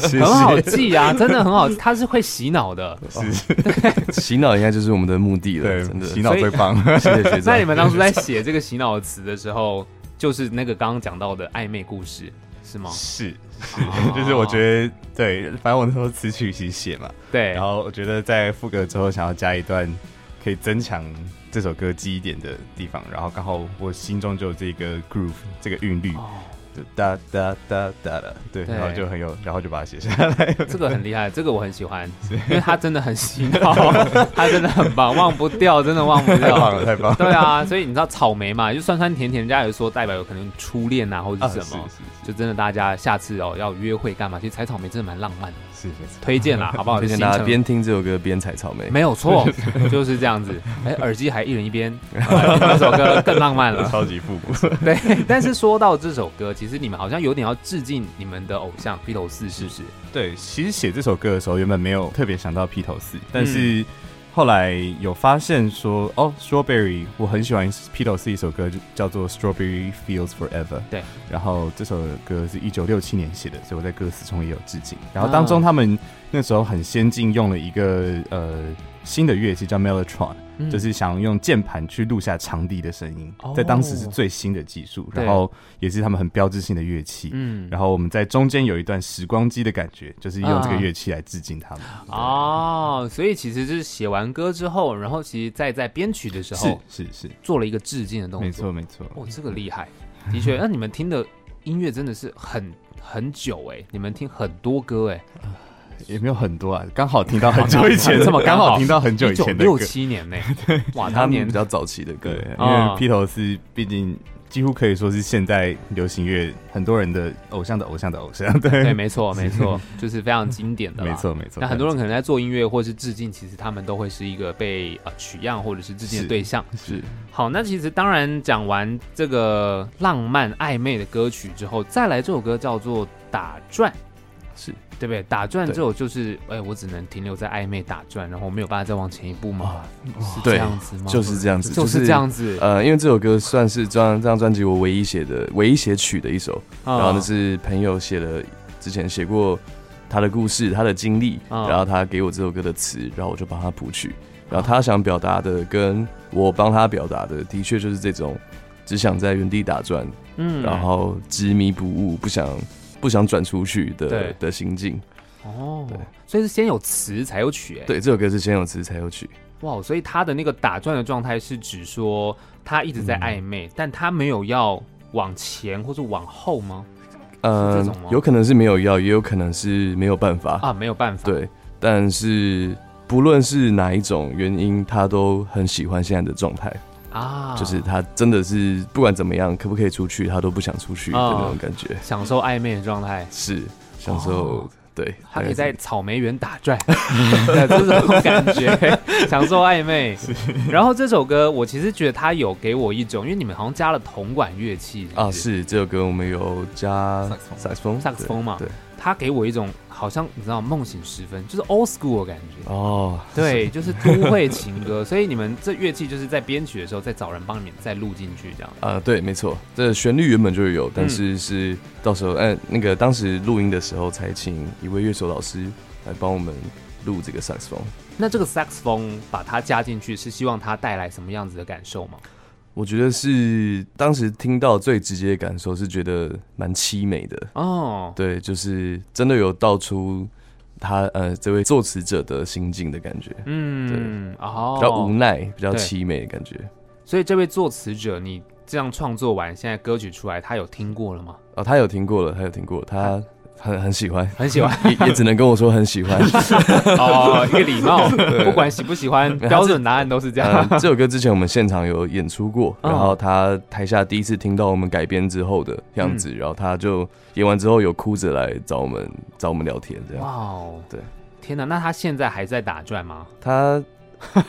Speaker 3: 谢
Speaker 1: 很好记啊，真的很好，它是会洗脑的。
Speaker 3: 是，
Speaker 2: 洗脑应该就是我们的目的了，真
Speaker 3: 对，
Speaker 2: 的。
Speaker 3: 洗脑最棒，
Speaker 2: 谢谢学
Speaker 1: 那你
Speaker 2: 长。
Speaker 1: 们当初在写这个洗脑词的时候，就是那个刚刚讲到的暧昧故事是吗？
Speaker 3: <laughs> 是 <laughs> 是
Speaker 1: 哦，
Speaker 3: 就是我觉得对，反正我那时候词曲一起写嘛，
Speaker 1: 对，
Speaker 3: 然后我觉得在副歌之后想要加一段可以增强这首歌记忆点的地方，然后刚好我心中就有这个 groove 这个韵律，
Speaker 1: 哦，
Speaker 3: 就哒哒哒哒哒，对，
Speaker 1: 对
Speaker 3: 然后就很有，然后就把它写下来，
Speaker 1: 这个很厉害，这个我很喜欢，因为他真的很洗脑， <laughs> 他真的很棒，忘不掉，真的忘不
Speaker 3: 太棒
Speaker 1: 掉
Speaker 3: 了，。太棒了，
Speaker 1: 对啊，所以你知道草莓嘛，就酸酸甜甜，人家有说代表有可能初恋啊，或者是什么，
Speaker 3: 是
Speaker 1: 就真的大家下次哦要约会干嘛，其实采草莓真的蛮浪漫的，
Speaker 3: 是是是，
Speaker 1: 推荐
Speaker 3: <laughs>
Speaker 1: 啦，好不好？
Speaker 2: 推荐
Speaker 1: 就
Speaker 2: 大
Speaker 1: 新
Speaker 2: 家
Speaker 1: 城
Speaker 2: 边听这首歌边采草莓。
Speaker 1: 没有错，就是这样子。哎，耳机还一人一
Speaker 3: <laughs>
Speaker 1: 边，啊那首歌更浪漫 <laughs> 了。
Speaker 3: 超级复古，
Speaker 1: 对，但是说到这首歌，其实你们好像有点要致敬你们的偶像披头士，是不是？
Speaker 3: 对，其实写这首歌的时候，原本没有特别想到披头士，
Speaker 1: 嗯
Speaker 3: 但是后来有发现说，哦，Strawberry，我很喜欢披头士一首歌，就叫做《Strawberry Fields Forever》。
Speaker 1: 对，
Speaker 3: 然后这首歌是一九六七年写的，所以我在歌词中也有致敬。然后
Speaker 1: 啊
Speaker 3: 当中他们那时候很先进，用了一个呃新的乐器叫 Mellotron，、
Speaker 1: 嗯
Speaker 3: 就是想用键盘去录下长笛的声音，
Speaker 1: 哦
Speaker 3: 在当时是最新的技术，
Speaker 1: 对
Speaker 3: 然后也是他们很标志性的乐器。
Speaker 1: 嗯
Speaker 3: 然后我们在中间有一段时光机的感觉，就是用这个乐器来致敬他们。
Speaker 1: 哦，所以其实就是写完歌之后，然后其实在在编曲的时
Speaker 3: 是
Speaker 1: 候
Speaker 3: 是是，
Speaker 1: 做了一个致敬的动作。
Speaker 3: 没错，没错。
Speaker 1: 哦，这个厉害，的
Speaker 3: <laughs>
Speaker 1: 确。那你们听的音乐真的是很很久哎，你们听很多歌哎，
Speaker 3: 也没有很多啊，刚好听到很久以前的，
Speaker 1: 这么刚
Speaker 3: 刚
Speaker 1: 好
Speaker 3: 好听到很久
Speaker 1: 一
Speaker 3: 以
Speaker 1: 九
Speaker 3: 前的
Speaker 1: 六
Speaker 3: 歌。
Speaker 1: 七年
Speaker 3: <laughs>
Speaker 1: 呢，哇，
Speaker 2: 他
Speaker 1: 当
Speaker 2: 们
Speaker 1: 年
Speaker 2: 比较早期的歌哎
Speaker 3: 对，，因
Speaker 1: 啊
Speaker 3: 为披头士毕竟几乎可以说是现在流行乐很多人的偶像的偶像的偶像。
Speaker 1: 对，
Speaker 3: 对，
Speaker 1: 没
Speaker 3: <laughs>
Speaker 1: 错，没错，就是非常经典的啦。
Speaker 3: 没错没错。
Speaker 1: 那很多人可能在做音乐或是致敬，其实他们都会是一个被呃取样或者是致敬的
Speaker 3: 是
Speaker 1: 对象。
Speaker 2: 是
Speaker 1: 好，那其实当然讲完这个浪漫暧昧的歌曲之后，再来这首歌叫做《打转》，
Speaker 2: 是
Speaker 1: 对不对？打转
Speaker 2: 对
Speaker 1: 之后就是，哎、我只能停留在暧昧打转，然后我没有办法再往前一步吗？是这
Speaker 2: 对
Speaker 1: 样子吗？
Speaker 2: 就是这样子，
Speaker 1: 就是这。样子。
Speaker 2: 呃，因为这首歌算是这张这张专辑我唯一写的、唯一写曲的一首，
Speaker 1: 嗯
Speaker 2: 然后那是朋友写的，之前写过他的故事、他的经历，
Speaker 1: 嗯
Speaker 2: 然后他给我这首歌的词，然后我就帮他谱曲，然后他想表达的跟我帮他表达的，的确就是这种只想在原地打转，
Speaker 1: 嗯
Speaker 2: 然后执迷不悟，不想不想转出去的
Speaker 1: 对
Speaker 2: 的心境。
Speaker 1: 哦
Speaker 2: 对，
Speaker 1: 所以是先有词才有曲、哎。
Speaker 2: 对，这首歌是先有词才有曲，
Speaker 1: 哇，所以他的那个打转的状态是指说他一直在暧
Speaker 2: 嗯
Speaker 1: 昧，但他没有要往前或者往后吗？
Speaker 2: 嗯、
Speaker 1: 是这种吗
Speaker 2: 有可能是没有要，也有可能是没有办法。
Speaker 1: 啊，没有办法。，
Speaker 2: 对，但是不论是哪一种原因，他都很喜欢现在的状态，
Speaker 1: 啊，
Speaker 2: 就是他真的是不管怎么样，可不可以出去，他都不想出去的
Speaker 1: 啊
Speaker 2: 那种感觉，
Speaker 1: 享受暧昧的状态。
Speaker 2: 是享受、
Speaker 1: 哦
Speaker 2: 对，
Speaker 1: 他可以
Speaker 2: 大概
Speaker 1: 在
Speaker 2: 是
Speaker 1: 草莓园打
Speaker 2: <laughs>
Speaker 1: 转， <laughs> 对这种感觉，享受暧昧。然后这首歌，我其实觉得他有给我一种，因为你们好像加了铜管乐器
Speaker 2: 啊，
Speaker 1: 不
Speaker 2: 是这首歌我们有加
Speaker 3: 萨
Speaker 2: 萨克
Speaker 3: 克斯风
Speaker 2: 斯风，
Speaker 1: 萨克斯风嘛
Speaker 2: 对，
Speaker 1: 他给我一种好像你知道梦醒时分，就是 old school 的感觉。
Speaker 2: 哦，
Speaker 1: 对，就是都会情歌， <laughs> 所以你们这乐器就是在编曲的时候再找人帮你们再录进去，这样。
Speaker 2: 啊，对，没错，这旋律原本就
Speaker 1: 嗯
Speaker 2: 有，但是是到时候，哎、那个当时录音的时候才请一位乐手老师来帮我们录这个萨克斯风。
Speaker 1: 那这个 sax 风把它加进去，是希望它带来什么样子的感受吗？
Speaker 2: 我觉得是当时听到最直接的感受是觉得蛮凄美的，
Speaker 1: 哦，
Speaker 2: 对，就是真的有道出他呃这位作词者的心境的感觉，
Speaker 1: 嗯，哦，
Speaker 2: 比较无奈，比较
Speaker 1: 对
Speaker 2: 凄美的感觉。
Speaker 1: 所以这位作词者，你这样创作完，现在歌曲出来，他有听过了吗？
Speaker 2: 哦，他有听过了，他有听过，他很很喜欢，
Speaker 1: 啊 <laughs> 很喜欢
Speaker 2: 也也只能跟我说很
Speaker 1: <laughs>
Speaker 2: 喜欢。
Speaker 1: 哦，一个礼 <laughs> 貌，
Speaker 2: 对
Speaker 1: 不管喜不喜欢，标准答案都是这样。
Speaker 2: 呃，这首歌之前我们现场有演出过，
Speaker 1: 嗯
Speaker 2: 然后他台下第一次听到我们改编之后的样
Speaker 1: 嗯
Speaker 2: 子，然后他就演完之后有哭着来找我们找我们聊天，这
Speaker 1: 哇
Speaker 2: 样。
Speaker 1: 哦，
Speaker 2: 对，
Speaker 1: 天哪，那他现在还在打转吗？
Speaker 2: 他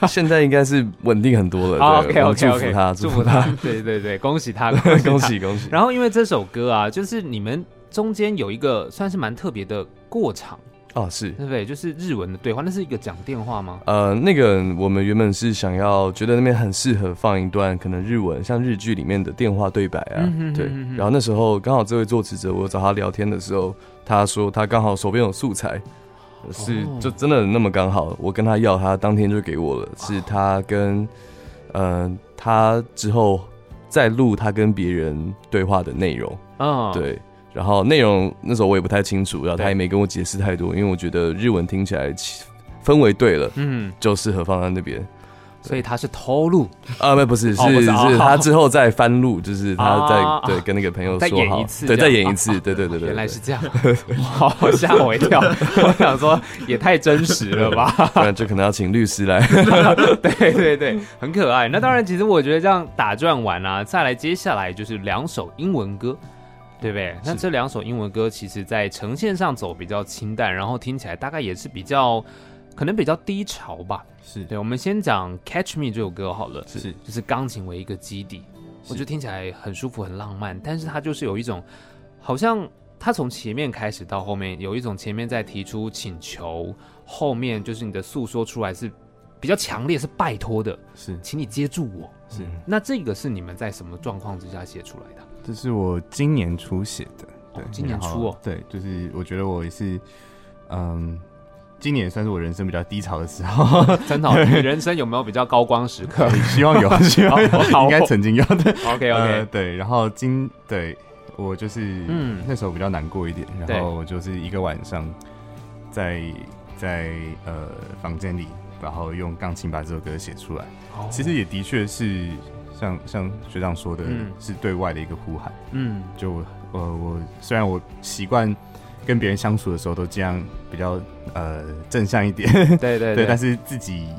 Speaker 2: 现在应该是稳定很多
Speaker 1: <laughs>
Speaker 2: 了，
Speaker 1: 好
Speaker 2: 对，我们
Speaker 1: ，OK，OK，OK，
Speaker 2: 祝福他，
Speaker 1: 哦祝福 <laughs>
Speaker 2: 他，
Speaker 1: 他，对对对，恭喜 <laughs> 他，恭喜他
Speaker 2: <laughs> 恭。喜恭喜。
Speaker 1: 然后因为这首歌啊，就是你们中间有一个算是蛮特别的过场，
Speaker 2: 哦，是。
Speaker 1: 对不对？就是日文的对话，那是一个讲电话吗？
Speaker 2: 呃，那个我们原本是想要觉得那边很适合放一段可能日文，像日剧里面的电话对白啊，
Speaker 1: 嗯哼
Speaker 2: 对
Speaker 1: 哼哼。
Speaker 2: 然后那时候刚好这位作词者，我找他聊天的时候，他说他刚好手边有素材，呃是
Speaker 1: 哦
Speaker 2: 就真的那么刚好，我跟他要，他当天就给我了，是他跟呃他之后再录他跟别人对话的内容，
Speaker 1: 嗯，，
Speaker 2: 对。然后内容那时候我也不太清楚，然后
Speaker 1: 对
Speaker 2: 他也没跟我解释太多，因为我觉得日文听起来气氛围对了。
Speaker 1: 嗯，
Speaker 2: 就适合放在
Speaker 1: <laughs>
Speaker 2: 那边
Speaker 1: 所以他是偷录，
Speaker 2: 啊，没不是
Speaker 1: 哦不
Speaker 2: 是
Speaker 1: 是
Speaker 2: 是
Speaker 1: 哦
Speaker 2: 他之后再翻录，就是他
Speaker 1: 啊
Speaker 2: 在对跟那个朋友
Speaker 1: 再
Speaker 2: 说
Speaker 1: 演
Speaker 2: 好
Speaker 1: 一，次
Speaker 2: 对，
Speaker 1: 这
Speaker 2: 再
Speaker 1: 样
Speaker 2: 演一
Speaker 1: 啊 <laughs>
Speaker 2: 次，对对对对，
Speaker 1: 原来
Speaker 2: 对
Speaker 1: 是这样， <laughs> 哇，我吓我一跳， <laughs> 我想说也太真实了吧？ <laughs>
Speaker 2: 不然就可能要请律师来。 <laughs>
Speaker 1: 对对对，很可爱。那当然，其实我觉得这样打转完啊，再来接下来就是两首英文歌。对不对？那
Speaker 2: 是
Speaker 1: 这两首英文歌，其实在呈现上走比较清淡，然后听起来大概也是比较，可能比较低潮吧。
Speaker 3: 是
Speaker 1: 对，我们先讲《Catch Me》这首歌好了，
Speaker 3: 是
Speaker 1: 就是钢琴为一个基底，我觉得听起来很舒服、很浪漫，但是它就是有一种，好像它从前面开始到后面有一种前面在提出请求，后面就是你的诉说出来是比较强烈，是拜托的，
Speaker 3: 是
Speaker 1: 请你接住我。嗯
Speaker 3: 是，
Speaker 1: 那这个是你们在什么状况之下写出来的？
Speaker 3: 这是我今年初写的，对
Speaker 1: 哦，今年
Speaker 3: 然后
Speaker 1: 初哦
Speaker 3: 对，就是我觉得我也是，嗯，今年也算是我人生比较低潮的时候，
Speaker 1: 真的哦、你人生有没有比较高光时
Speaker 3: <laughs>
Speaker 1: 刻
Speaker 3: 希望有，
Speaker 1: <laughs>
Speaker 3: 希望有
Speaker 1: 好好
Speaker 3: 应该曾经有的，
Speaker 1: ？OK
Speaker 3: 呃
Speaker 1: OK，
Speaker 3: 对，然后今对我就是
Speaker 1: 嗯
Speaker 3: 嗯那时候比较难过一点，
Speaker 1: 对
Speaker 3: 然后我就是一个晚上在在呃房间里，然后用钢琴把这首歌写出来。
Speaker 1: 哦
Speaker 3: 其实也的确是像像学长说的，
Speaker 1: 嗯
Speaker 3: 是对外的一个呼喊。
Speaker 1: 嗯，
Speaker 3: 就我呃我虽然我习惯跟别人相处的时候都这样比较呃正向一点，
Speaker 1: 对对
Speaker 3: 对，
Speaker 1: 对，
Speaker 3: 但是自己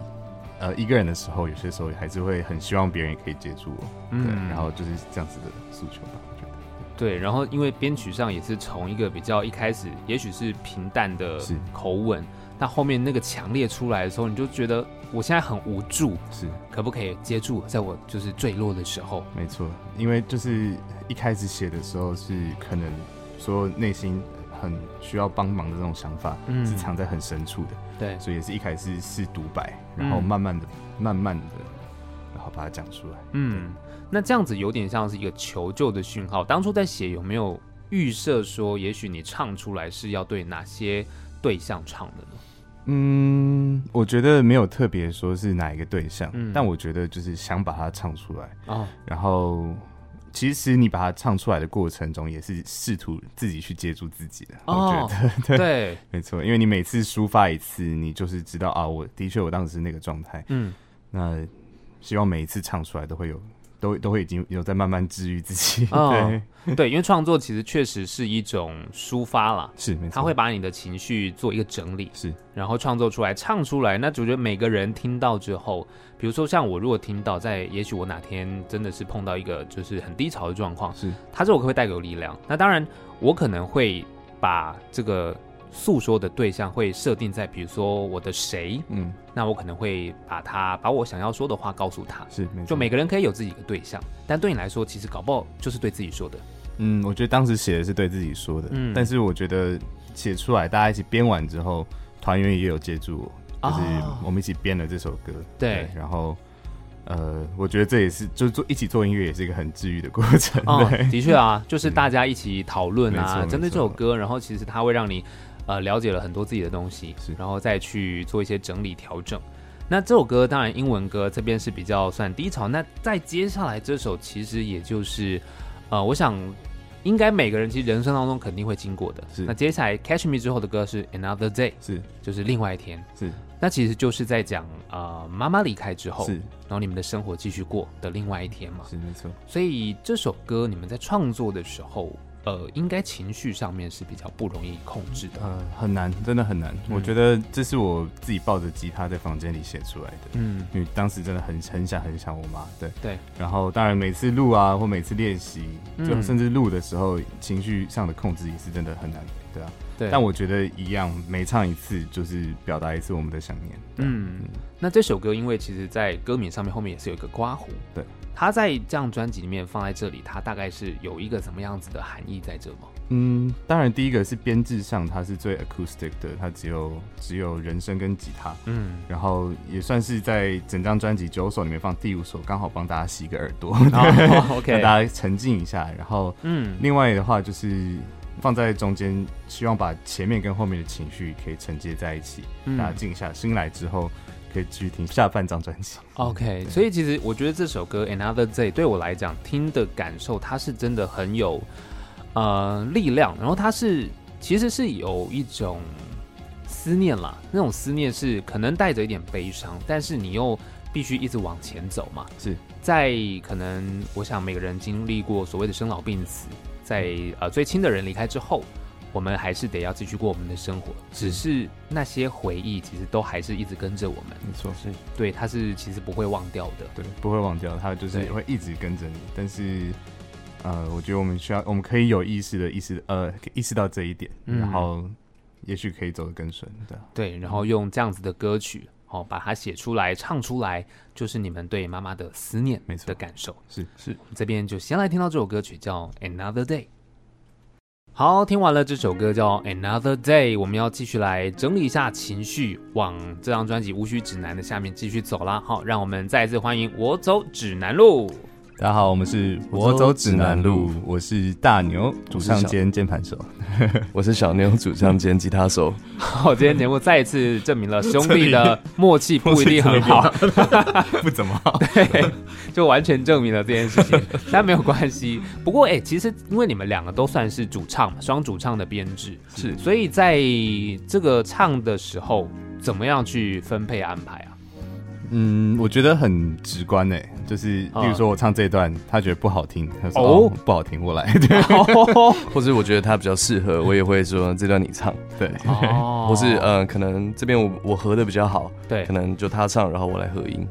Speaker 3: 呃一个人的时候，有些时候还是会很希望别人也可以接住我。
Speaker 1: 嗯
Speaker 3: 对，然后就是这样子的诉求吧，我觉得
Speaker 1: 对，然后因为编曲上也是从一个比较一开始，也许是平淡的
Speaker 3: 是
Speaker 1: 口吻，但后面那个强烈出来的时候，你就觉得我现在很无助，
Speaker 3: 是
Speaker 1: 可不可以接住我？在我就是坠落的时候，
Speaker 3: 没错。因为就是一开始写的时候是可能说内心很需要帮忙的这种想法，
Speaker 1: 嗯
Speaker 3: 是藏在很深处的，
Speaker 1: 对，
Speaker 3: 所以也是一开始是独白，然后
Speaker 1: 嗯
Speaker 3: 慢慢的、慢慢的，然后把它讲出来。
Speaker 1: 嗯，那这样子有点像是一个求救的讯号。当初在写有没有预设说，也许你唱出来是要对哪些对象唱的呢？
Speaker 3: 嗯，我觉得没有特别说是哪一个对象，
Speaker 1: 嗯
Speaker 3: 但我觉得就是想把它唱出来，
Speaker 1: 哦，
Speaker 3: 然后。其实你把它唱出来的过程中，也是试图自己去接住自己的。我觉
Speaker 1: 哦
Speaker 3: 得，
Speaker 1: 对，
Speaker 3: 没错，因为你每次抒发一次，你就是知道啊，我的确我当时那个状态。
Speaker 1: 嗯，
Speaker 3: 那希望每一次唱出来都会有，都都会已经有在慢慢治愈自己。
Speaker 1: 哦 <laughs>
Speaker 3: 对，
Speaker 1: 对，因为创作其实确实是一种抒发啦。
Speaker 3: 是没错，
Speaker 1: 他会把你的情绪做一个整理，
Speaker 3: 是
Speaker 1: 然后创作出来、唱出来。那我觉得每个人听到之后，比如说像我，如果听到在，也许我哪天真的是碰到一个就是很低潮的状况，
Speaker 3: 是
Speaker 1: 他这首歌会带给我力量。那当然，我可能会把这个诉说的对象会设定在，比如说我的谁，
Speaker 3: 嗯
Speaker 1: 那我可能会把他把我想要说的话告诉他。
Speaker 3: 是没错。
Speaker 1: 就每个人可以有自己的对象，但对你来说，其实搞不好就是对自己说的。
Speaker 3: 嗯，我觉得当时写的是对自己说的，
Speaker 1: 嗯
Speaker 3: 但是我觉得写出来大家一起编完之后，团员也有接住我，就是
Speaker 1: 哦
Speaker 3: 我们一起编了这首歌。
Speaker 1: 对
Speaker 3: 然后呃，我觉得这也是就是做一起做音乐也是一个很治愈的过程。
Speaker 1: 哦
Speaker 3: 对，
Speaker 1: 的确啊，就是大家一起讨论
Speaker 3: 没错
Speaker 1: 啊，
Speaker 3: 没
Speaker 1: 针对这首
Speaker 3: 错
Speaker 1: 歌，然后其实它会让你呃了解了很多自己的东西
Speaker 3: 是，
Speaker 1: 然后再去做一些整理调整。那这首歌当然英文歌这边是比较算低潮，那再接下来这首其实也就是，呃，我想应该每个人其实人生当中肯定会经过的。
Speaker 3: 是
Speaker 1: 那接下来 Catch Me 之后的歌是 Another Day，
Speaker 3: 是
Speaker 1: 就是另外一天。
Speaker 3: 是
Speaker 1: 那其实就是在讲呃妈妈离开之后，
Speaker 3: 是
Speaker 1: 然后你们的生活继续过的另外一天嘛。
Speaker 3: 是没错。
Speaker 1: 所以这首歌你们在创作的时候，呃，应该情绪上面是比较不容易控制的。
Speaker 3: 呃，很难，真的很难。我觉得这是我自己抱着吉他在房间里写出来的，
Speaker 1: 嗯，
Speaker 3: 因为当时真的很很想很想我妈。对，
Speaker 1: 对，
Speaker 3: 然后当然每次录啊，或每次练习，
Speaker 1: 嗯
Speaker 3: 就甚至录的时候，情绪上的控制也是真的很难，对啊。
Speaker 1: 对。
Speaker 3: 但我觉得一样，每唱一次就是表达一次我们的想念。对啊
Speaker 1: 嗯，那这首歌因为其实在歌名上面后面也是有一个刮胡，
Speaker 3: 对，
Speaker 1: 它在这张专辑里面放在这里，它大概是有一个什么样子的含义在这吗？
Speaker 3: 嗯，当然第一个是编制上它是最 acoustic 的，它只有只有人声跟吉他，
Speaker 1: 嗯，
Speaker 3: 然后也算是在整张专辑九首里面放第五首，刚好帮大家洗个耳
Speaker 1: <laughs>
Speaker 3: 朵，<laughs>
Speaker 1: 哦
Speaker 3: 让
Speaker 1: ，OK，
Speaker 3: 大家沉浸一下。然后
Speaker 1: 嗯，
Speaker 3: 另外的话就是放在中间，希望把前面跟后面的情绪可以承接在一起，
Speaker 1: 嗯
Speaker 3: 大家静下心来之后，可以继续听下半张专辑。
Speaker 1: OK，所以其实我觉得这首歌《Another Day》对我来讲，听的感受它是真的很有呃力量，然后它是其实是有一种思念啦，那种思念是可能带着一点悲伤，但是你又必须一直往前走嘛。
Speaker 3: 是
Speaker 1: 在可能我想每个人经历过所谓的生老病死，在呃最亲的人离开之后。我们还是得要继续过我们的生活，只是那些回忆其实都还是一直跟着我们。
Speaker 3: 没错，
Speaker 2: 是
Speaker 1: 对，它是其实不会忘掉的。
Speaker 3: 对，不会忘掉，它就是
Speaker 1: 对
Speaker 3: 会一直跟着你。但是，呃，我觉得我们需要，我们可以有意识的意识，呃，意识到这一点，
Speaker 1: 嗯
Speaker 3: 然后也许可以走得更顺。对啊，
Speaker 1: 对，然后用这样子的歌曲，哦，把它写出来、唱出来，就是你们对妈妈的思念
Speaker 3: 没错
Speaker 1: 的感受。
Speaker 3: 是
Speaker 2: 是，
Speaker 1: 我们这边就先来听到这首歌曲，叫《Another Day》。好，听完了这首歌叫《Another Day》，我们要继续来整理一下情绪，往这张专辑《无需指南》的下面继续走啦。好，让我们再一次欢迎我走指南路。
Speaker 3: 大家好，我们是
Speaker 2: 我走指南路，
Speaker 3: 我是大牛，主
Speaker 2: 我是
Speaker 3: 唱
Speaker 2: 小
Speaker 3: 兼键盘手。
Speaker 2: 我是小妞，主唱兼吉他手。
Speaker 1: 好，今天节目再一次证明了兄弟 <laughs> 的默契不一定很好。
Speaker 3: <laughs> 不怎么好，
Speaker 1: 对， <laughs> 就完全证明了这件事
Speaker 2: <laughs>
Speaker 1: 情，但没有关系。不过，哎、其实因为你们两个都算是主唱嘛，双主唱的编制，
Speaker 2: 是
Speaker 1: 所以在这个唱的时候，怎么样去分配安排
Speaker 2: <laughs>
Speaker 1: 啊？
Speaker 3: <laughs> 嗯，我觉得很直观诶，就是
Speaker 2: 啊
Speaker 3: 例如说我唱这一段，他觉得不好听，他说
Speaker 1: 哦
Speaker 3: 哦不好听，我来。 <laughs> 对
Speaker 2: 或者我觉得他比较适合，我也会说这段你唱，
Speaker 3: 对，
Speaker 1: 哦
Speaker 2: 或是呃，可能这边我我合的比较好，
Speaker 1: 对
Speaker 2: 可能就他唱，然后我来合音，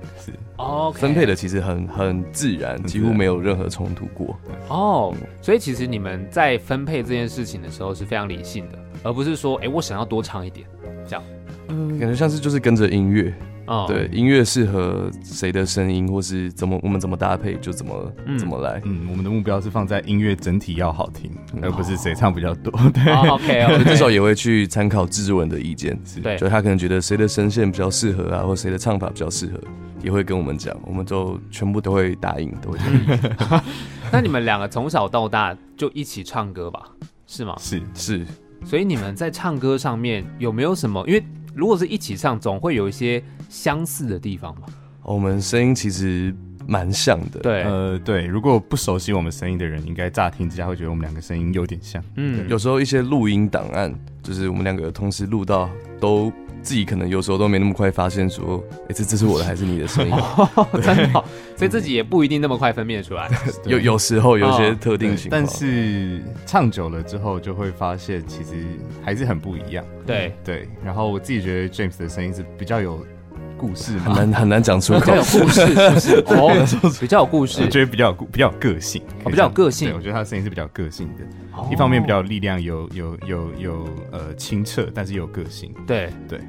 Speaker 1: 哦
Speaker 2: 分配的其实很很自然，
Speaker 3: 自
Speaker 2: 几
Speaker 3: 然
Speaker 2: 乎没有任何冲突过。
Speaker 1: 哦，所以其实你们在分配这件事情的时候是非常理性的，而不是说，哎、我想要多唱一点，
Speaker 2: 感觉像是就是跟着音乐，
Speaker 1: 嗯哦，
Speaker 2: 对，音乐适合谁的声音，或是怎么我们怎么搭配就怎么
Speaker 1: 嗯
Speaker 2: 怎么来。
Speaker 3: 嗯，我们的目标是放在音乐整体要好听，
Speaker 2: 嗯
Speaker 3: 而不是谁唱比较多。对，
Speaker 1: 哦，OK，
Speaker 2: 所以 <laughs>
Speaker 1: OK，
Speaker 2: 这时候也会去参考制作人的意见，
Speaker 1: 对
Speaker 2: 就他可能觉得谁的声线比较适合啊，或谁的唱法比较适合，也会跟我们讲，我们都全部都会答应，都会同
Speaker 3: 嗯
Speaker 2: 意。
Speaker 1: 那你们两个从小到大就一起唱歌吧，是吗？
Speaker 3: 是
Speaker 2: 是，
Speaker 1: 所以你们在唱歌上面有没有什么？因为如果是一起唱，总会有一些相似的地方嘛。
Speaker 2: 哦我们声音其实蛮像的，，
Speaker 1: 对，
Speaker 3: 呃，对，如果不熟悉我们声音的人，应该乍听之下会觉得我们两个声音有点像。
Speaker 1: 嗯，
Speaker 2: 有时候一些录音档案，就是我们两个同时录到，都自己可能有时候都没那么快发现说，哎、这这是我的还是你的
Speaker 3: <laughs>
Speaker 2: 声音？
Speaker 1: 真的哦， <laughs> 所以自己也不一定那么快分辨出来。
Speaker 2: 有有时候有些特定
Speaker 3: 哦对
Speaker 2: 情况，
Speaker 1: 哦
Speaker 3: 但是唱久了之后，就会发现其实还是很不一样。 <laughs>
Speaker 1: 对，
Speaker 3: 对，然后我自己觉得 James 的声音是比较有故事
Speaker 1: <laughs>
Speaker 2: 很
Speaker 3: 嘛，
Speaker 2: 难很难讲出
Speaker 1: 比
Speaker 2: 口
Speaker 3: <laughs>
Speaker 1: 较有。故事，是不是？哦，比较有故
Speaker 3: 我
Speaker 1: 事，
Speaker 3: 觉得比较有故比较有个性，可以
Speaker 1: 哦比较有
Speaker 3: 这样
Speaker 1: 个性
Speaker 3: 对我觉得他的声音是比较有个性的，
Speaker 1: 哦
Speaker 3: 一方面比较有力量，有有有有呃清澈，但是有个性。
Speaker 1: 对
Speaker 3: 对。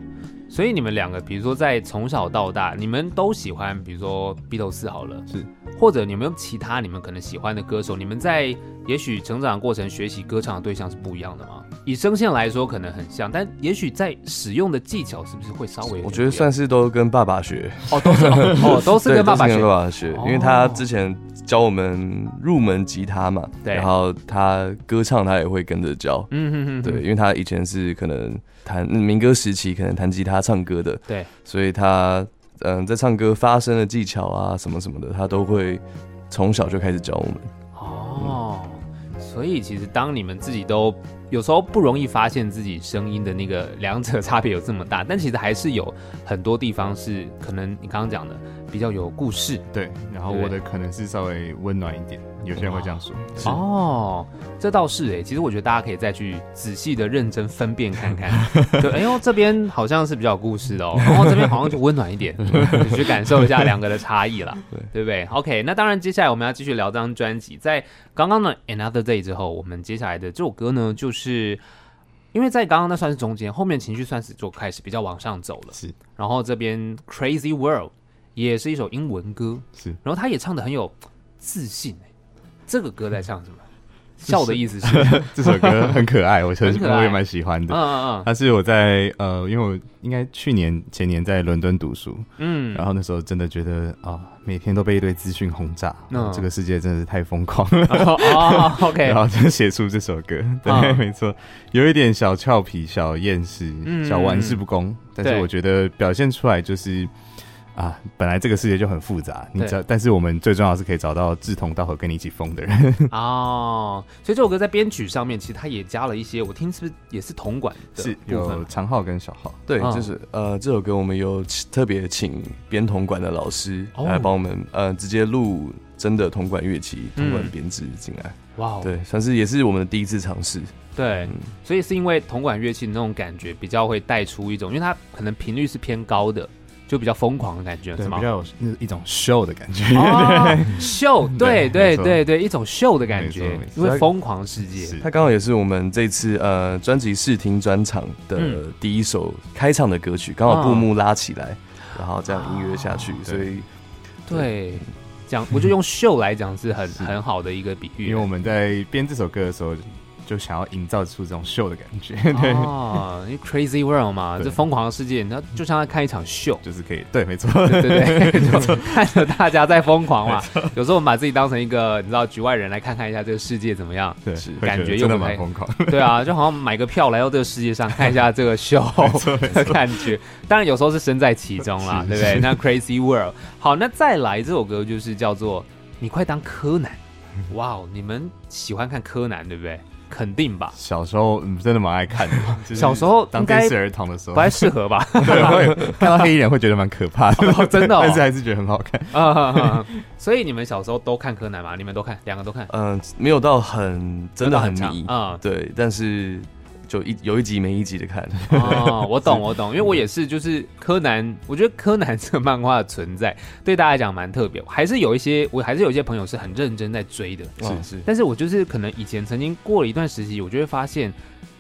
Speaker 1: 所以你们两个，比如说在从小到大，你们都喜欢，比如说披头士好了，
Speaker 3: 是，
Speaker 1: 或者你有没有其他你们可能喜欢的歌手？你们在也许成长过程学习歌唱的对象是不一样的吗？以声线来说可能很像，但也许在使用的技巧是不是会稍微有点不一样？
Speaker 2: 我觉得算是都跟爸爸学，
Speaker 1: 哦，都是哦，哦都是
Speaker 2: <laughs> 对，
Speaker 1: 跟爸爸
Speaker 2: 都
Speaker 1: 学
Speaker 2: 是
Speaker 1: 哦
Speaker 2: 跟。爸爸学，因为他之前教我们入门吉他嘛，
Speaker 1: 对
Speaker 2: 然后他歌唱他也会跟着教，
Speaker 1: 嗯哼哼，
Speaker 2: 对，因为他以前是可能弹民歌时期，可能弹吉他唱歌的，
Speaker 1: 对，
Speaker 2: 所以他嗯在唱歌发声的技巧啊什么什么的，他都会从小就开始教我们。
Speaker 1: 哦，所以其实当你们自己都有时候不容易发现自己声音的那个两者差别有这么大，但其实还是有很多地方是可能你刚刚讲的比较有故事
Speaker 3: 对，然后
Speaker 1: 对
Speaker 3: 我的可能是稍微温暖一点，有些人会这样说。
Speaker 2: 是
Speaker 1: 哦，这倒是哎，其实我觉得大家可以再去仔细的认真分辨看
Speaker 2: <laughs>
Speaker 1: 看，对，哎呦这边好像是比较有故事的哦，然后这边好像就温暖一
Speaker 2: <laughs>
Speaker 1: 点，你去感受一下两个的差异啦，
Speaker 2: 对
Speaker 1: 对不对？OK，那当然接下来我们要继续聊这张专辑，在刚刚的 Another Day 之后，我们接下来的这首歌呢，就是因为在刚刚那算是中间，后面情绪算是就开始比较往上走了，
Speaker 3: 是
Speaker 1: 然后这边 Crazy World 也是一首英文歌，
Speaker 3: 是，
Speaker 1: 然后他也唱的很有自信、欸。这个歌在唱什么？笑的意思
Speaker 3: <laughs>
Speaker 1: 是，嗯
Speaker 3: 这首歌很可爱，我很
Speaker 1: 很可爱
Speaker 3: 我也蛮喜欢的。
Speaker 1: 嗯嗯
Speaker 3: 它是我在呃，因为我应该去年前年在伦敦读书，
Speaker 1: 嗯，
Speaker 3: 然后那时候真的觉得啊、每天都被一堆资讯轰炸，哦
Speaker 1: 嗯
Speaker 3: 这个世界真的是太疯狂了。
Speaker 1: 后
Speaker 3: <laughs>
Speaker 1: 哦，OK，
Speaker 3: 然后就写出这首歌，对，
Speaker 1: 嗯
Speaker 3: 没错，有一点小俏皮、小厌世、
Speaker 1: 嗯
Speaker 3: 小玩世不恭，但
Speaker 1: 对
Speaker 3: 是我觉得表现出来就是啊，本来这个世界就很复杂，你
Speaker 1: 对
Speaker 3: 知道，但是我们最重要的是可以找到志同道合、跟你一起疯的人，
Speaker 1: 哦，所以这首歌在编曲上面，其实他也加了一些，我听是不是也是铜管的部分
Speaker 3: 有？长号跟小号，
Speaker 2: 对，
Speaker 1: 嗯
Speaker 2: 就是呃，这首歌我们有请特别请编铜管的老师
Speaker 1: 哦
Speaker 2: 来帮我们呃直接录真的铜管乐器、
Speaker 1: 嗯
Speaker 2: 铜管编制进来，
Speaker 1: 哇哦，
Speaker 2: 对，算是也是我们的第一次尝试。
Speaker 3: 嗯
Speaker 1: 对，所以是因为铜管乐器的那种感觉比较会带出一种，因为它可能频率是偏高的，就比较疯狂的感觉，
Speaker 3: 对，
Speaker 1: 是吗
Speaker 3: 比？较有那一种 show 的感觉， <laughs>
Speaker 1: 哦，秀，对对
Speaker 3: 对没错
Speaker 1: 对对，一种秀的感
Speaker 3: 没错
Speaker 1: 觉
Speaker 3: 没，错
Speaker 1: 因为疯狂世界，
Speaker 3: 是
Speaker 2: 它刚好也是我们这次呃专辑试听专场的
Speaker 1: 嗯
Speaker 2: 第一首开场的歌曲，刚好
Speaker 1: 哦
Speaker 2: 布幕拉起来，然后这样音乐下去，所以
Speaker 1: 对，讲我就用秀来讲是很很好的一个比喻，
Speaker 3: 因为我们在编这首歌的时候，就想要营造出这种秀的感觉，对，
Speaker 1: 哦，因为 Crazy World 嘛，
Speaker 3: 对
Speaker 1: 这疯狂的世界，它就像在看一场秀。
Speaker 3: 就是可以， <laughs> <laughs> 对，没错，
Speaker 1: 对对对，
Speaker 3: <laughs>
Speaker 1: 就看着大家在疯狂嘛。有时候我们把自己当成一个你知道局外人来看看一下这个世界怎么样。
Speaker 3: 对
Speaker 2: 是，
Speaker 3: 会
Speaker 1: 感
Speaker 3: 得
Speaker 1: 觉又
Speaker 3: 真的
Speaker 1: 不太
Speaker 3: 蛮疯狂，
Speaker 1: 对啊，就好像买个票来到这个世界上看一下这个秀的感觉。当然有时候是身在其中啦，
Speaker 2: <laughs>
Speaker 1: 对不对？那 Crazy World，好，那再来这首歌就是叫做《你快当柯南》。
Speaker 2: 嗯
Speaker 1: 哇哦，你们喜欢看柯南对不对？肯定吧，
Speaker 3: 小时候嗯，真的蛮爱看的，
Speaker 1: <laughs>
Speaker 3: 就是
Speaker 1: 小时候应
Speaker 3: 当
Speaker 1: 该
Speaker 3: 电视儿童的时候
Speaker 1: 不，太适合
Speaker 2: <laughs>
Speaker 1: 吧？ <laughs>
Speaker 3: 对，会看到黑衣人会觉得蛮可怕
Speaker 1: 哦
Speaker 3: 的，
Speaker 1: 真的哦
Speaker 3: <laughs> 但是还是觉得很好看。
Speaker 1: 啊，所以你们小时候都看柯南吗？你们都看，两个都看，
Speaker 2: <laughs> 嗯、呃没有到很真的很迷，
Speaker 1: 啊、
Speaker 2: 对，但是就一有一集没一集
Speaker 1: <laughs>
Speaker 2: 的看，
Speaker 1: 嗯！哦，我
Speaker 2: <laughs>
Speaker 1: 懂，我懂，因为我也是，就是柯南，我觉得柯南 <laughs> 这个漫画的存在对大家来讲蛮特别，还是有一些，我还是有一些朋友是很认真在追的，
Speaker 2: 是是，
Speaker 1: 但是我就是可能以前曾经过了一段时期，我就会发现。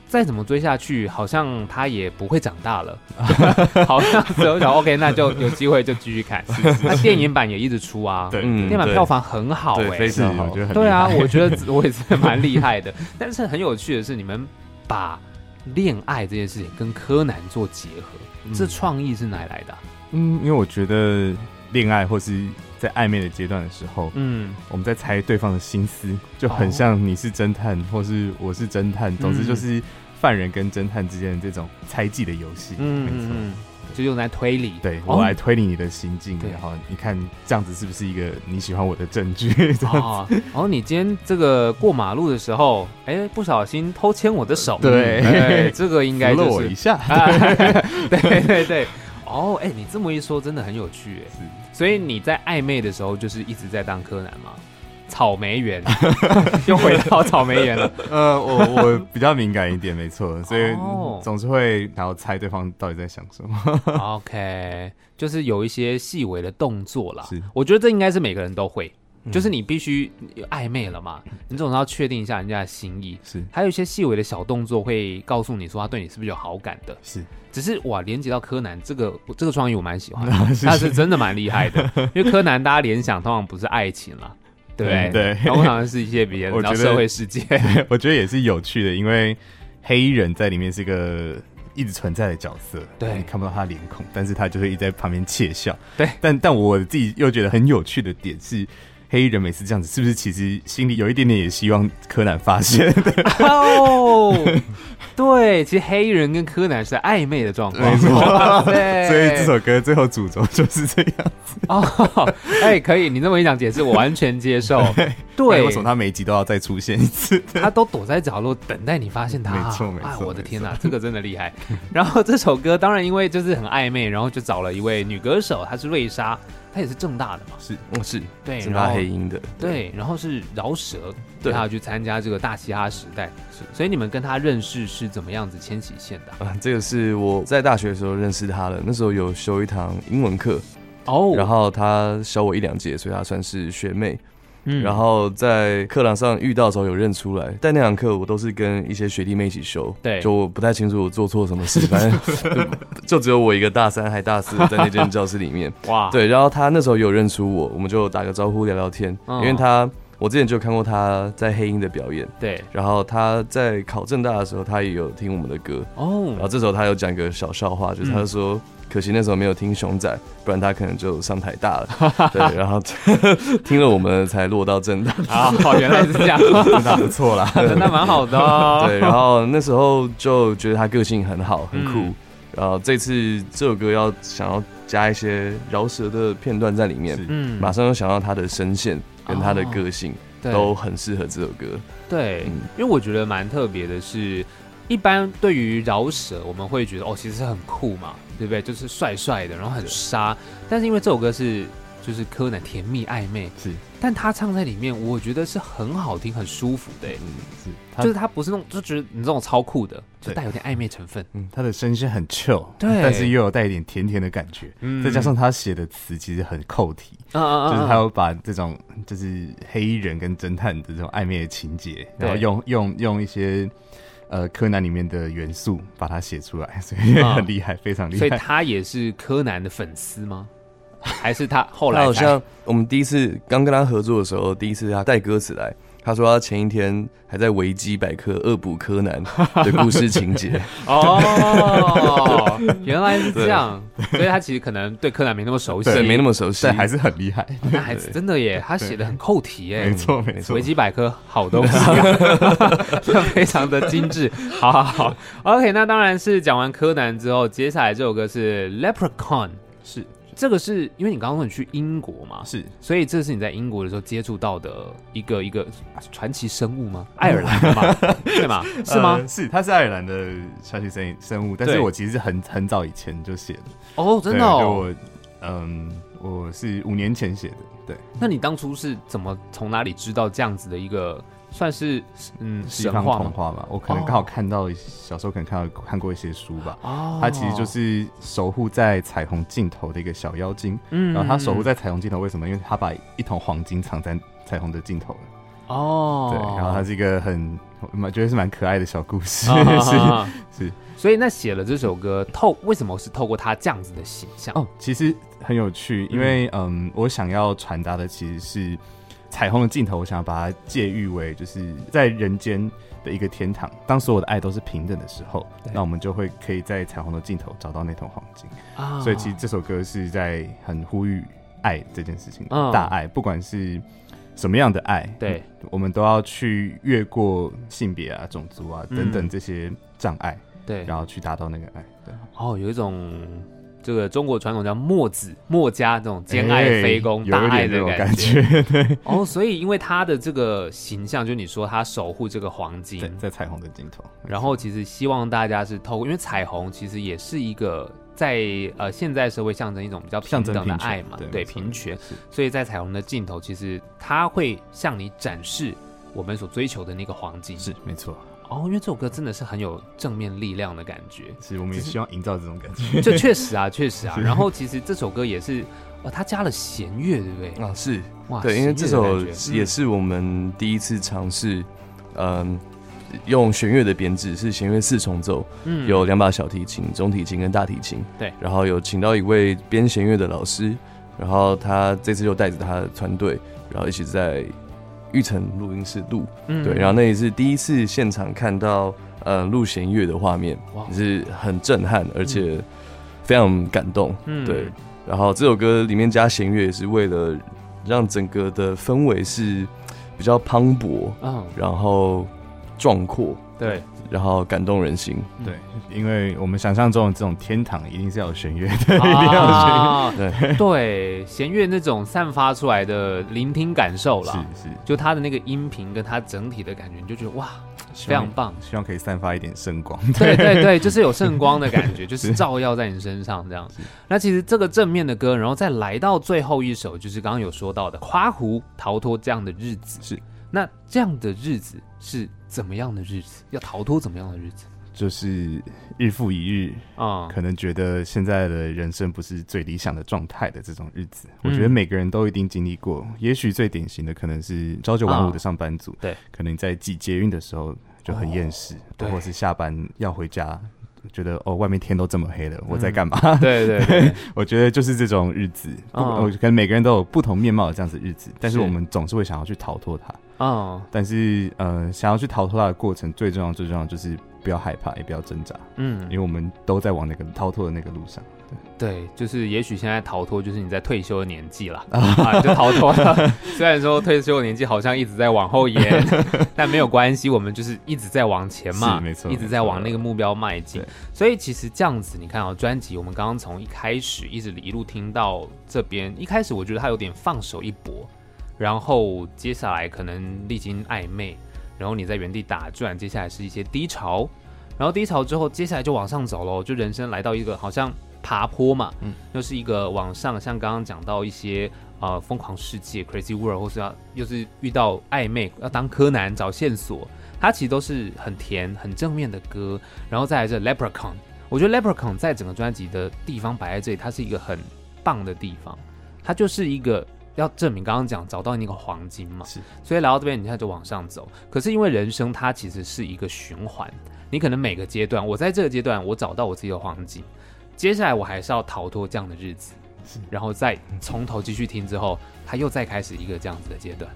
Speaker 1: 再怎么追下去，好像他也不会长大
Speaker 2: <laughs>
Speaker 1: 了， <laughs> 好像只有想 OK，那就有机会就继续看。那电影版也一直出啊，
Speaker 3: 对
Speaker 2: 嗯
Speaker 1: 电影版
Speaker 2: 对
Speaker 1: 票房很好
Speaker 2: 对
Speaker 1: 哎、
Speaker 2: 非
Speaker 3: 是
Speaker 2: 常好
Speaker 3: 我觉得很
Speaker 1: 对啊，
Speaker 3: 厉害
Speaker 1: 我觉得 <laughs> 我也是蛮厉害
Speaker 3: <laughs>
Speaker 1: 的。但是很有趣的是，你们把恋爱这件事情跟柯南做结合，这创意是哪里来的啊、
Speaker 3: 嗯，因为我觉得恋爱或是在暧昧的阶段的时候，
Speaker 1: 嗯，
Speaker 3: 我们在猜对方的心思，就很像你是侦探，或是我是侦探，总之就是犯人跟侦探之间的这种猜忌的游戏。
Speaker 1: 嗯
Speaker 3: 嗯，没错。
Speaker 1: 嗯，就用来推理。
Speaker 3: 对
Speaker 1: 哦
Speaker 3: 我来推理你的行径，
Speaker 1: 对
Speaker 3: 然后你看这样子是不是一个你喜欢我的证据？这样 <laughs>
Speaker 1: 哦，然后你今天这个过马路的时候，哎，不小心偷牵我的手，
Speaker 3: 对
Speaker 1: 哎这个应该
Speaker 3: 扶了
Speaker 1: 就
Speaker 3: 我
Speaker 1: 是
Speaker 3: 一，
Speaker 1: <laughs>
Speaker 3: <laughs> 下。
Speaker 1: 啊对对对，哦，哎，你这么一说，真的很有趣，哎，所以你在暧昧的时候，就是一直在当柯南吗？草莓园 <laughs> 又回到草莓园了，
Speaker 3: 呃，我我比较敏感一点，没错，所以
Speaker 1: 哦
Speaker 3: 总是会然后猜对方到底在想什么。
Speaker 1: OK，就是有一些细微的动作啦
Speaker 3: 是。
Speaker 1: 我觉得这应该是每嗯个人都会，就是你必须暧昧了嘛，你总是要确定一下人家的心意。
Speaker 3: 是
Speaker 1: 还有一些细微的小动作会告诉你说他对你是不是有好感的。
Speaker 3: 是，
Speaker 1: 只是哇，连接到柯南这个这个创意我蛮喜欢
Speaker 3: <laughs>
Speaker 1: 的，他是真的蛮厉害的。因为柯南大家联想通常不是爱情啦，对不对？
Speaker 3: 嗯对
Speaker 1: 通常是一些别
Speaker 3: <laughs> 我
Speaker 1: 人然后
Speaker 3: 觉得
Speaker 1: 社会世界。
Speaker 3: 我觉得也是有趣的，因为黑衣人在里面是一个一直存在的角色，
Speaker 1: 对
Speaker 3: 你看不到他的脸孔，但是他就是一直在旁边窃笑。
Speaker 1: 对，
Speaker 3: 但但我自己又觉得很有趣的点是，黑衣人每次这样子，是不是其实心里有一点点也希望柯南发
Speaker 1: <laughs>
Speaker 3: 现？
Speaker 1: 哦， <laughs> 对，其实黑衣人跟柯南是在暧昧的状况，
Speaker 3: <laughs> 没错
Speaker 1: <laughs> 哇塞
Speaker 3: 所以这首歌最后主轴就是这样。
Speaker 1: 哦，哎，可以，你这么一讲解释，我完全接
Speaker 3: <laughs>
Speaker 1: 受。对，
Speaker 3: 哎为什么他每一集都要再出现一次？
Speaker 2: <laughs>
Speaker 3: <laughs>
Speaker 1: 他都躲在角落等待你发现他。
Speaker 3: 没错没错
Speaker 1: 哎，我的
Speaker 3: 没错
Speaker 1: 天哪，这个真的厉害。然后这首歌当然因为就是很暧昧，然后就找了一位女歌手，她是瑞莎，她也是正大的嘛。
Speaker 3: 是
Speaker 2: 嗯是，
Speaker 1: 对，
Speaker 2: 是
Speaker 1: 哎然
Speaker 2: 拉
Speaker 1: 后
Speaker 2: 黑音的，
Speaker 1: 对，然后是饶舌，
Speaker 2: 对
Speaker 1: 她要去参加这个大嘻哈时代。所以你们跟她认识是怎么样子牵起线的啊？
Speaker 2: 啊，这个是我在大学的时候认识他的，那时候有修一堂英文课，
Speaker 1: 哦，
Speaker 2: 然后他小我一两届，所以他算是学妹。
Speaker 1: 嗯
Speaker 2: 然后在课堂上遇到的时候有认出来，但那堂课我都是跟一些学弟妹一起修，
Speaker 1: 对
Speaker 2: 就我不太清楚我做错什么事，
Speaker 1: <laughs>
Speaker 2: 反正就就只有我一个大三还大四在那间教室里
Speaker 1: <laughs>
Speaker 2: 面。
Speaker 1: 哇，，
Speaker 2: 对，然后他那时候有认出我，我们就打个招呼聊聊天，
Speaker 1: 嗯
Speaker 2: 因为他我之前就看过他在黑鹰的表演，
Speaker 1: 对，
Speaker 2: 然后他在考正大的时候，他也有听我们的歌，然后
Speaker 1: 哦，
Speaker 2: 这时候他有讲一个小笑话，就是
Speaker 1: 嗯
Speaker 2: 他就说。可惜那时候没有听熊仔，不然他可能就上台
Speaker 1: <laughs>
Speaker 2: 大了。对，然后 <laughs> 听了我们才落到正大。
Speaker 1: 啊，好，原来是
Speaker 2: <laughs>
Speaker 1: 这样，
Speaker 3: 真的不
Speaker 1: <laughs>
Speaker 3: 错啦。
Speaker 1: 真的蛮好的哦。
Speaker 2: 对，然后那时候就觉得他个性很好，很酷。
Speaker 1: 嗯
Speaker 2: 然后这次这首歌要想要加一些饶舌的片段在里面，
Speaker 3: 是
Speaker 1: 嗯
Speaker 2: 马上就想到他的声线跟他的个性、
Speaker 1: 哦对
Speaker 2: 都很适合这首歌。
Speaker 1: 对
Speaker 2: 嗯，
Speaker 1: 因为我觉得蛮特别的是，一般对于饶舌，我们会觉得哦，其实很酷嘛，对不对？就是帅帅的，然后很沙。但是因为这首歌是就是柯南甜蜜暧昧，
Speaker 3: 是
Speaker 1: 但他唱在里面，我觉得是很好听、很舒服的欸，
Speaker 2: 嗯，
Speaker 3: 是，
Speaker 1: 就是
Speaker 3: 他
Speaker 1: 他不是那种就觉得你这种超酷的，就
Speaker 3: 对
Speaker 1: 带有点暧昧成分。
Speaker 3: 他的声线很 chill，
Speaker 1: 对
Speaker 3: 但是又有带一点甜甜的感觉。
Speaker 1: 嗯
Speaker 3: 再加上他写的词其实很扣题，
Speaker 1: 嗯嗯
Speaker 3: 就是
Speaker 1: 嗯
Speaker 3: 他
Speaker 1: 嗯，
Speaker 3: 有把这种就是黑衣人跟侦探的这种暧昧的情节，然后
Speaker 1: 对
Speaker 3: 用用用一些呃柯南里面的元素把它写出来， <laughs> 所以
Speaker 1: 啊
Speaker 3: 很厉害，非常厉
Speaker 1: 所以
Speaker 3: <laughs> 害。
Speaker 1: 他也是柯南的粉丝吗？ <laughs> 还是他后
Speaker 2: 他
Speaker 1: 来
Speaker 2: 好
Speaker 1: 才
Speaker 2: 像我们第一次刚跟他合作的时候，第一次他带歌词来。他说他前一天还在维基百科恶补柯南的故事情节，
Speaker 1: <laughs> 哦，原来是这
Speaker 2: 对
Speaker 1: 样，所以他其实可能对柯南没那么熟悉，
Speaker 2: 对，没那么熟悉，
Speaker 3: 但还是很厉害，
Speaker 1: <laughs> 那还是真的耶，他写的很扣题耶，
Speaker 3: 没错没错
Speaker 1: 维。基百科好东西、
Speaker 3: <laughs>
Speaker 1: 啊，非常的精致。好好好，OK，那当然是讲完柯南之后，接下来这首歌是 Leprechaun，
Speaker 3: 是
Speaker 1: 这个是因为你刚刚说你去英国嘛，
Speaker 3: 是
Speaker 1: 所以这是你在英国的时候接触到的一个一个传奇生物
Speaker 3: 嗯
Speaker 1: 吗？爱尔兰的
Speaker 3: <laughs>
Speaker 1: 吗？对吗？是吗？
Speaker 3: 呃是，他是爱尔兰的传奇生生物，但是
Speaker 1: 对
Speaker 3: 我其实很很早以前就写的，
Speaker 1: 哦，真的
Speaker 3: 对就
Speaker 1: 哦。
Speaker 3: 我嗯，我是五年前写的，对，
Speaker 1: 那你当初是怎么从哪里知道这样子的一个算是嗯
Speaker 3: 西
Speaker 1: 神
Speaker 3: 方
Speaker 1: 话
Speaker 3: 童
Speaker 1: 吗？
Speaker 3: 话嘛，我可能
Speaker 1: 哦
Speaker 3: 刚好看到小时候可能看到看过一些书吧，
Speaker 1: 哦，
Speaker 3: 它其实就是守护在彩虹尽头的一个小妖精。
Speaker 1: 嗯
Speaker 3: 然后它守护在彩虹尽头，为什么？因为它把一桶黄金藏在彩虹的尽头了。
Speaker 1: 哦，
Speaker 3: 对，然后它是一个很蛮觉得是蛮可爱的小故事，
Speaker 1: <laughs>
Speaker 3: 是
Speaker 1: 啊
Speaker 3: <laughs> 是
Speaker 1: 所以那写了这首歌，透为什么是透过他这样子的形象？
Speaker 3: 哦，其实很有趣，因为嗯，我想要传达的其实是彩虹的尽头，我想要把它借喻为就是在人间的一个天堂。当所有的爱都是平等的时候，
Speaker 1: 对
Speaker 3: 那我们就会可以在彩虹的尽头找到那桶黄金。
Speaker 1: 啊
Speaker 3: 所以其实这首歌是在很呼吁爱这件事情，
Speaker 1: 嗯
Speaker 3: 大爱，不管是什么样的爱，
Speaker 1: 对，
Speaker 3: 我们都要去越过性别啊、种族啊
Speaker 1: 嗯
Speaker 3: 等等这些障碍，
Speaker 1: 对，
Speaker 3: 然后去达到那个爱。对，
Speaker 1: 哦，有一种这个中国传统叫墨子墨家这种兼爱非攻、
Speaker 3: 哎有
Speaker 1: 大
Speaker 3: 一
Speaker 1: 爱
Speaker 3: 点这
Speaker 1: 的
Speaker 3: 种
Speaker 1: 感
Speaker 3: 觉。对，
Speaker 1: 哦，所以因为他的这个形象，就你说他守护这个黄 <laughs>
Speaker 3: 在
Speaker 1: 金，
Speaker 3: 在彩虹的尽头，
Speaker 1: 然后其实希望大家是透过，因为彩虹其实也是一个。在呃，现在社会象征一种比较平
Speaker 3: 象征
Speaker 1: 等的
Speaker 3: 平权
Speaker 1: 爱嘛，
Speaker 3: 对
Speaker 1: 对
Speaker 3: 没错
Speaker 1: 平权，
Speaker 3: 是
Speaker 1: 所以在彩虹的尽头，其实它会向你展示我们所追求的那个黄金。
Speaker 3: 是没错，，
Speaker 1: 哦，因为这首歌真的是很有正面力量的感觉
Speaker 2: <laughs>
Speaker 3: 是我们也希望营造这种感觉。
Speaker 1: 这确实啊，确实啊。然后其实这首歌也是，哦，它加了弦乐，对不对？
Speaker 2: 啊，是
Speaker 1: 哇，
Speaker 2: 对，因为这
Speaker 1: 弦乐
Speaker 2: 首
Speaker 1: 的感觉嗯
Speaker 2: 也是我们第一次尝试，嗯，用弦乐的编制是弦乐四重奏，
Speaker 1: 嗯
Speaker 2: 有两把小提琴、中提琴跟大提琴。
Speaker 1: 对
Speaker 2: 然后有请到一位编弦乐的老师，然后他这次就带着他的团队，然后一起在玉成录音室录。
Speaker 1: 嗯
Speaker 2: 对，然后那也是第一次现场看到呃录弦乐的画面
Speaker 1: 哇，
Speaker 2: 也是很震撼，而且非常感动。
Speaker 1: 嗯
Speaker 2: 对，然后这首歌里面加弦乐也是为了让整个的氛围是比较磅礴，
Speaker 1: 嗯，
Speaker 2: 然后壮阔， <laughs>
Speaker 1: 对，
Speaker 2: 然后感动人心。
Speaker 1: 嗯
Speaker 3: 对，因为我们想象中的这种天堂一定是要有弦乐的，
Speaker 1: 啊，
Speaker 2: 对
Speaker 1: 对，弦乐那种散发出来的聆听感受
Speaker 3: 是
Speaker 1: 啦，
Speaker 3: 是，
Speaker 1: 就它的那个音频跟它整体的感觉，你就觉得哇，
Speaker 3: 希
Speaker 1: 非
Speaker 3: 望
Speaker 1: 常棒。
Speaker 3: 希望可以散发一点圣光。
Speaker 1: <laughs> 对对对，就是有圣光的感
Speaker 3: <laughs>
Speaker 1: 觉，就是照耀在你身上这样。那其实这个正面的歌，然后再来到最后一首，就是刚刚有说到的夸胡逃脱这样的日子。
Speaker 2: 是，
Speaker 1: 那这样的日子是怎么样的日子？要逃脱怎么样的日子？
Speaker 3: 就是日复一日，
Speaker 1: 啊、
Speaker 3: 可能觉得现在的人生不是最理想的状态的这种日子，
Speaker 1: 嗯
Speaker 3: 我觉得每个人都一定经历过。也许最典型的可能是朝九晚五的上班族，
Speaker 1: 啊对，哦
Speaker 3: 可能在挤捷运的时候就很厌世，
Speaker 1: 对
Speaker 3: 或是下班要回家。觉得哦，外面天都这么黑了，
Speaker 1: 嗯
Speaker 3: 我
Speaker 1: <laughs>
Speaker 3: 在干嘛？
Speaker 1: 对对
Speaker 3: <laughs>
Speaker 1: 对，
Speaker 3: 我觉得就是这种日子，不
Speaker 1: 哦
Speaker 3: 我可能每个人都有不同面貌的这样子日子，但是
Speaker 1: 是
Speaker 3: 我们总是会想要去逃脱它。
Speaker 1: 嗯
Speaker 3: 但是呃，想要去逃脱它的过程，最重要最重要就是不要害怕，也不要挣扎，因
Speaker 1: 嗯，
Speaker 3: 为我们都在往那个逃脱的那个路上。
Speaker 1: 对，就是也许现在逃脱就是你在退休的年纪
Speaker 3: <laughs>
Speaker 1: 啦，啊，就逃脱了。虽然说退休的年纪好像一直在往后延，
Speaker 3: <laughs>
Speaker 1: 但没有关系，我们就是一直在往前嘛，
Speaker 3: 是没错
Speaker 1: 一直在往那个目标迈进
Speaker 3: 对。
Speaker 1: 所以其实这样子，你看啊、专辑我们刚刚从一开始一直一路听到这边，一开始我觉得他有点放手一搏，然后接下来可能历经暧昧，然后你在原地打转，接下来是一些低潮，然后低潮之后，接下来就往上走喽，就人生来到一个好像爬坡嘛，嗯，又是一个往上，像刚刚讲到一些呃疯狂世界 Crazy World，或是要又是遇到暧昧，要当柯南找线索，它其实都是很甜很正面的歌，然后再来这 Leprechaun，我觉得 Leprechaun 在整个专辑的地方摆在这里，它是一个很棒的地方，它就是一个。要证明刚刚讲找到那个黄金嘛，
Speaker 3: 是
Speaker 1: 所以来到这边，你现在就往上走。可是因为人生它其实是一个循环，你可能每个阶段，我在这个阶段我找到我自己的黄金，接下来我还是要逃脱这样的日子，然后再从头继续听之后，他又再开始一个这样子的阶段，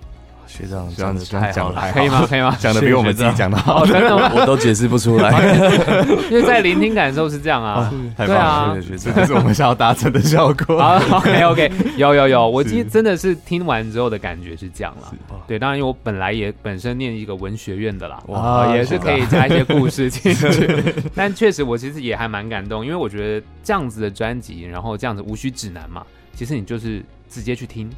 Speaker 2: 学长
Speaker 3: 学长
Speaker 2: 讲的太
Speaker 3: 这
Speaker 2: 好
Speaker 3: 样
Speaker 2: 了，
Speaker 1: <laughs>
Speaker 3: 还好
Speaker 1: 可以吗？可以吗？
Speaker 3: 讲的比我们自己讲的好
Speaker 1: 哦，，真的吗？
Speaker 2: <laughs> 我都解释不出来。
Speaker 1: 因为在聆听感受是这样啊。
Speaker 3: 太
Speaker 1: 对
Speaker 3: 棒
Speaker 1: 啊
Speaker 3: 了，
Speaker 2: 谢谢学
Speaker 3: 这
Speaker 2: 长
Speaker 3: 就。是我们想要达成的效
Speaker 1: <laughs>
Speaker 3: 果。
Speaker 1: 啊，OK OK，有 <laughs> 有有，我今天真的是听完之后的感觉是这样了。对，当然因为我本来也本身念一个文学院的啦，
Speaker 2: 哇
Speaker 1: 呃也是
Speaker 2: 是
Speaker 1: 可以加一些故事进 <laughs> 去。但确实，我其实也还蛮感动，因为我觉得这样子的专辑，然后这样子无需指南嘛，其实你就是直接去听，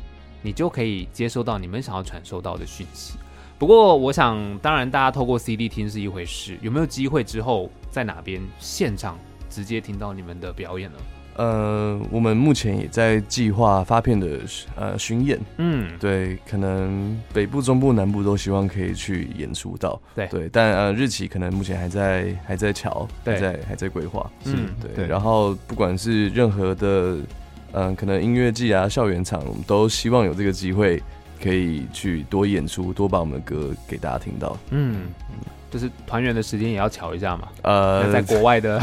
Speaker 1: 你就可以接收到你们想要传收到的讯息。不过，我想，当然，大家透过 CD 听是一回事，有没有机会之后在哪边现场直接听到你们的表演呢？
Speaker 2: 呃，我们目前也在计划发片的呃巡演，
Speaker 1: 嗯，
Speaker 2: 对，可能北部、中部、南部都希望可以去演出到，
Speaker 1: 对
Speaker 2: 对，但呃日期可能目前还在还在瞧，
Speaker 1: 对
Speaker 2: 还在还在规划，
Speaker 1: 嗯
Speaker 2: 对，
Speaker 3: 对
Speaker 2: 然后不管是任何的嗯、可能音乐季啊、校园场，我们都希望有这个机会可以去多演出，多把我们的歌给大家听到，
Speaker 1: 嗯，就是团圆的时间也要瞧一下嘛。那
Speaker 2: 呃
Speaker 1: 在。国外的，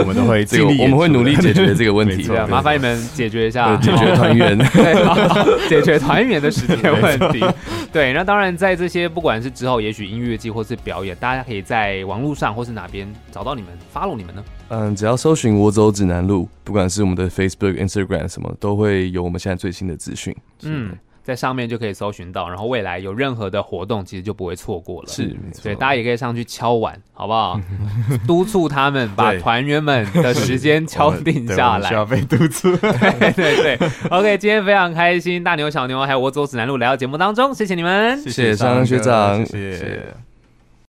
Speaker 3: 我们都会
Speaker 2: 这个
Speaker 3: 尽力演出的，
Speaker 2: 我们会努力解决这个问题
Speaker 3: 没错
Speaker 1: 对啊，麻烦你们解决一下
Speaker 2: 呃，
Speaker 1: <laughs>
Speaker 2: 解决团员，
Speaker 1: 对，好解决团员的时间问题。对，那当然，在这些不管是之后，也许音乐季或是表演，大家可以在网络上或是哪边找到你们，follow 你们呢？
Speaker 2: 嗯，只要搜寻“我走指南路”，不管是我们的 Facebook、Instagram 什么，都会有我们现在最新的资讯。
Speaker 1: 嗯，在上面就可以搜寻到，然后未来有任何的活动，其实就不会错过了。
Speaker 2: 是，没错。
Speaker 1: 对，大家也可以上去敲碗，好不好？督促他们把
Speaker 2: 对
Speaker 1: 团员们的时间敲定
Speaker 3: 对
Speaker 1: 下
Speaker 3: 我们
Speaker 1: 来
Speaker 3: 需。要被督促。
Speaker 1: <laughs> 对对对，OK，今天非常开心，大牛、小牛还有我走指南路来到节目当中，谢谢你们。
Speaker 2: 谢谢商量学长谢
Speaker 3: 谢谢
Speaker 2: 谢。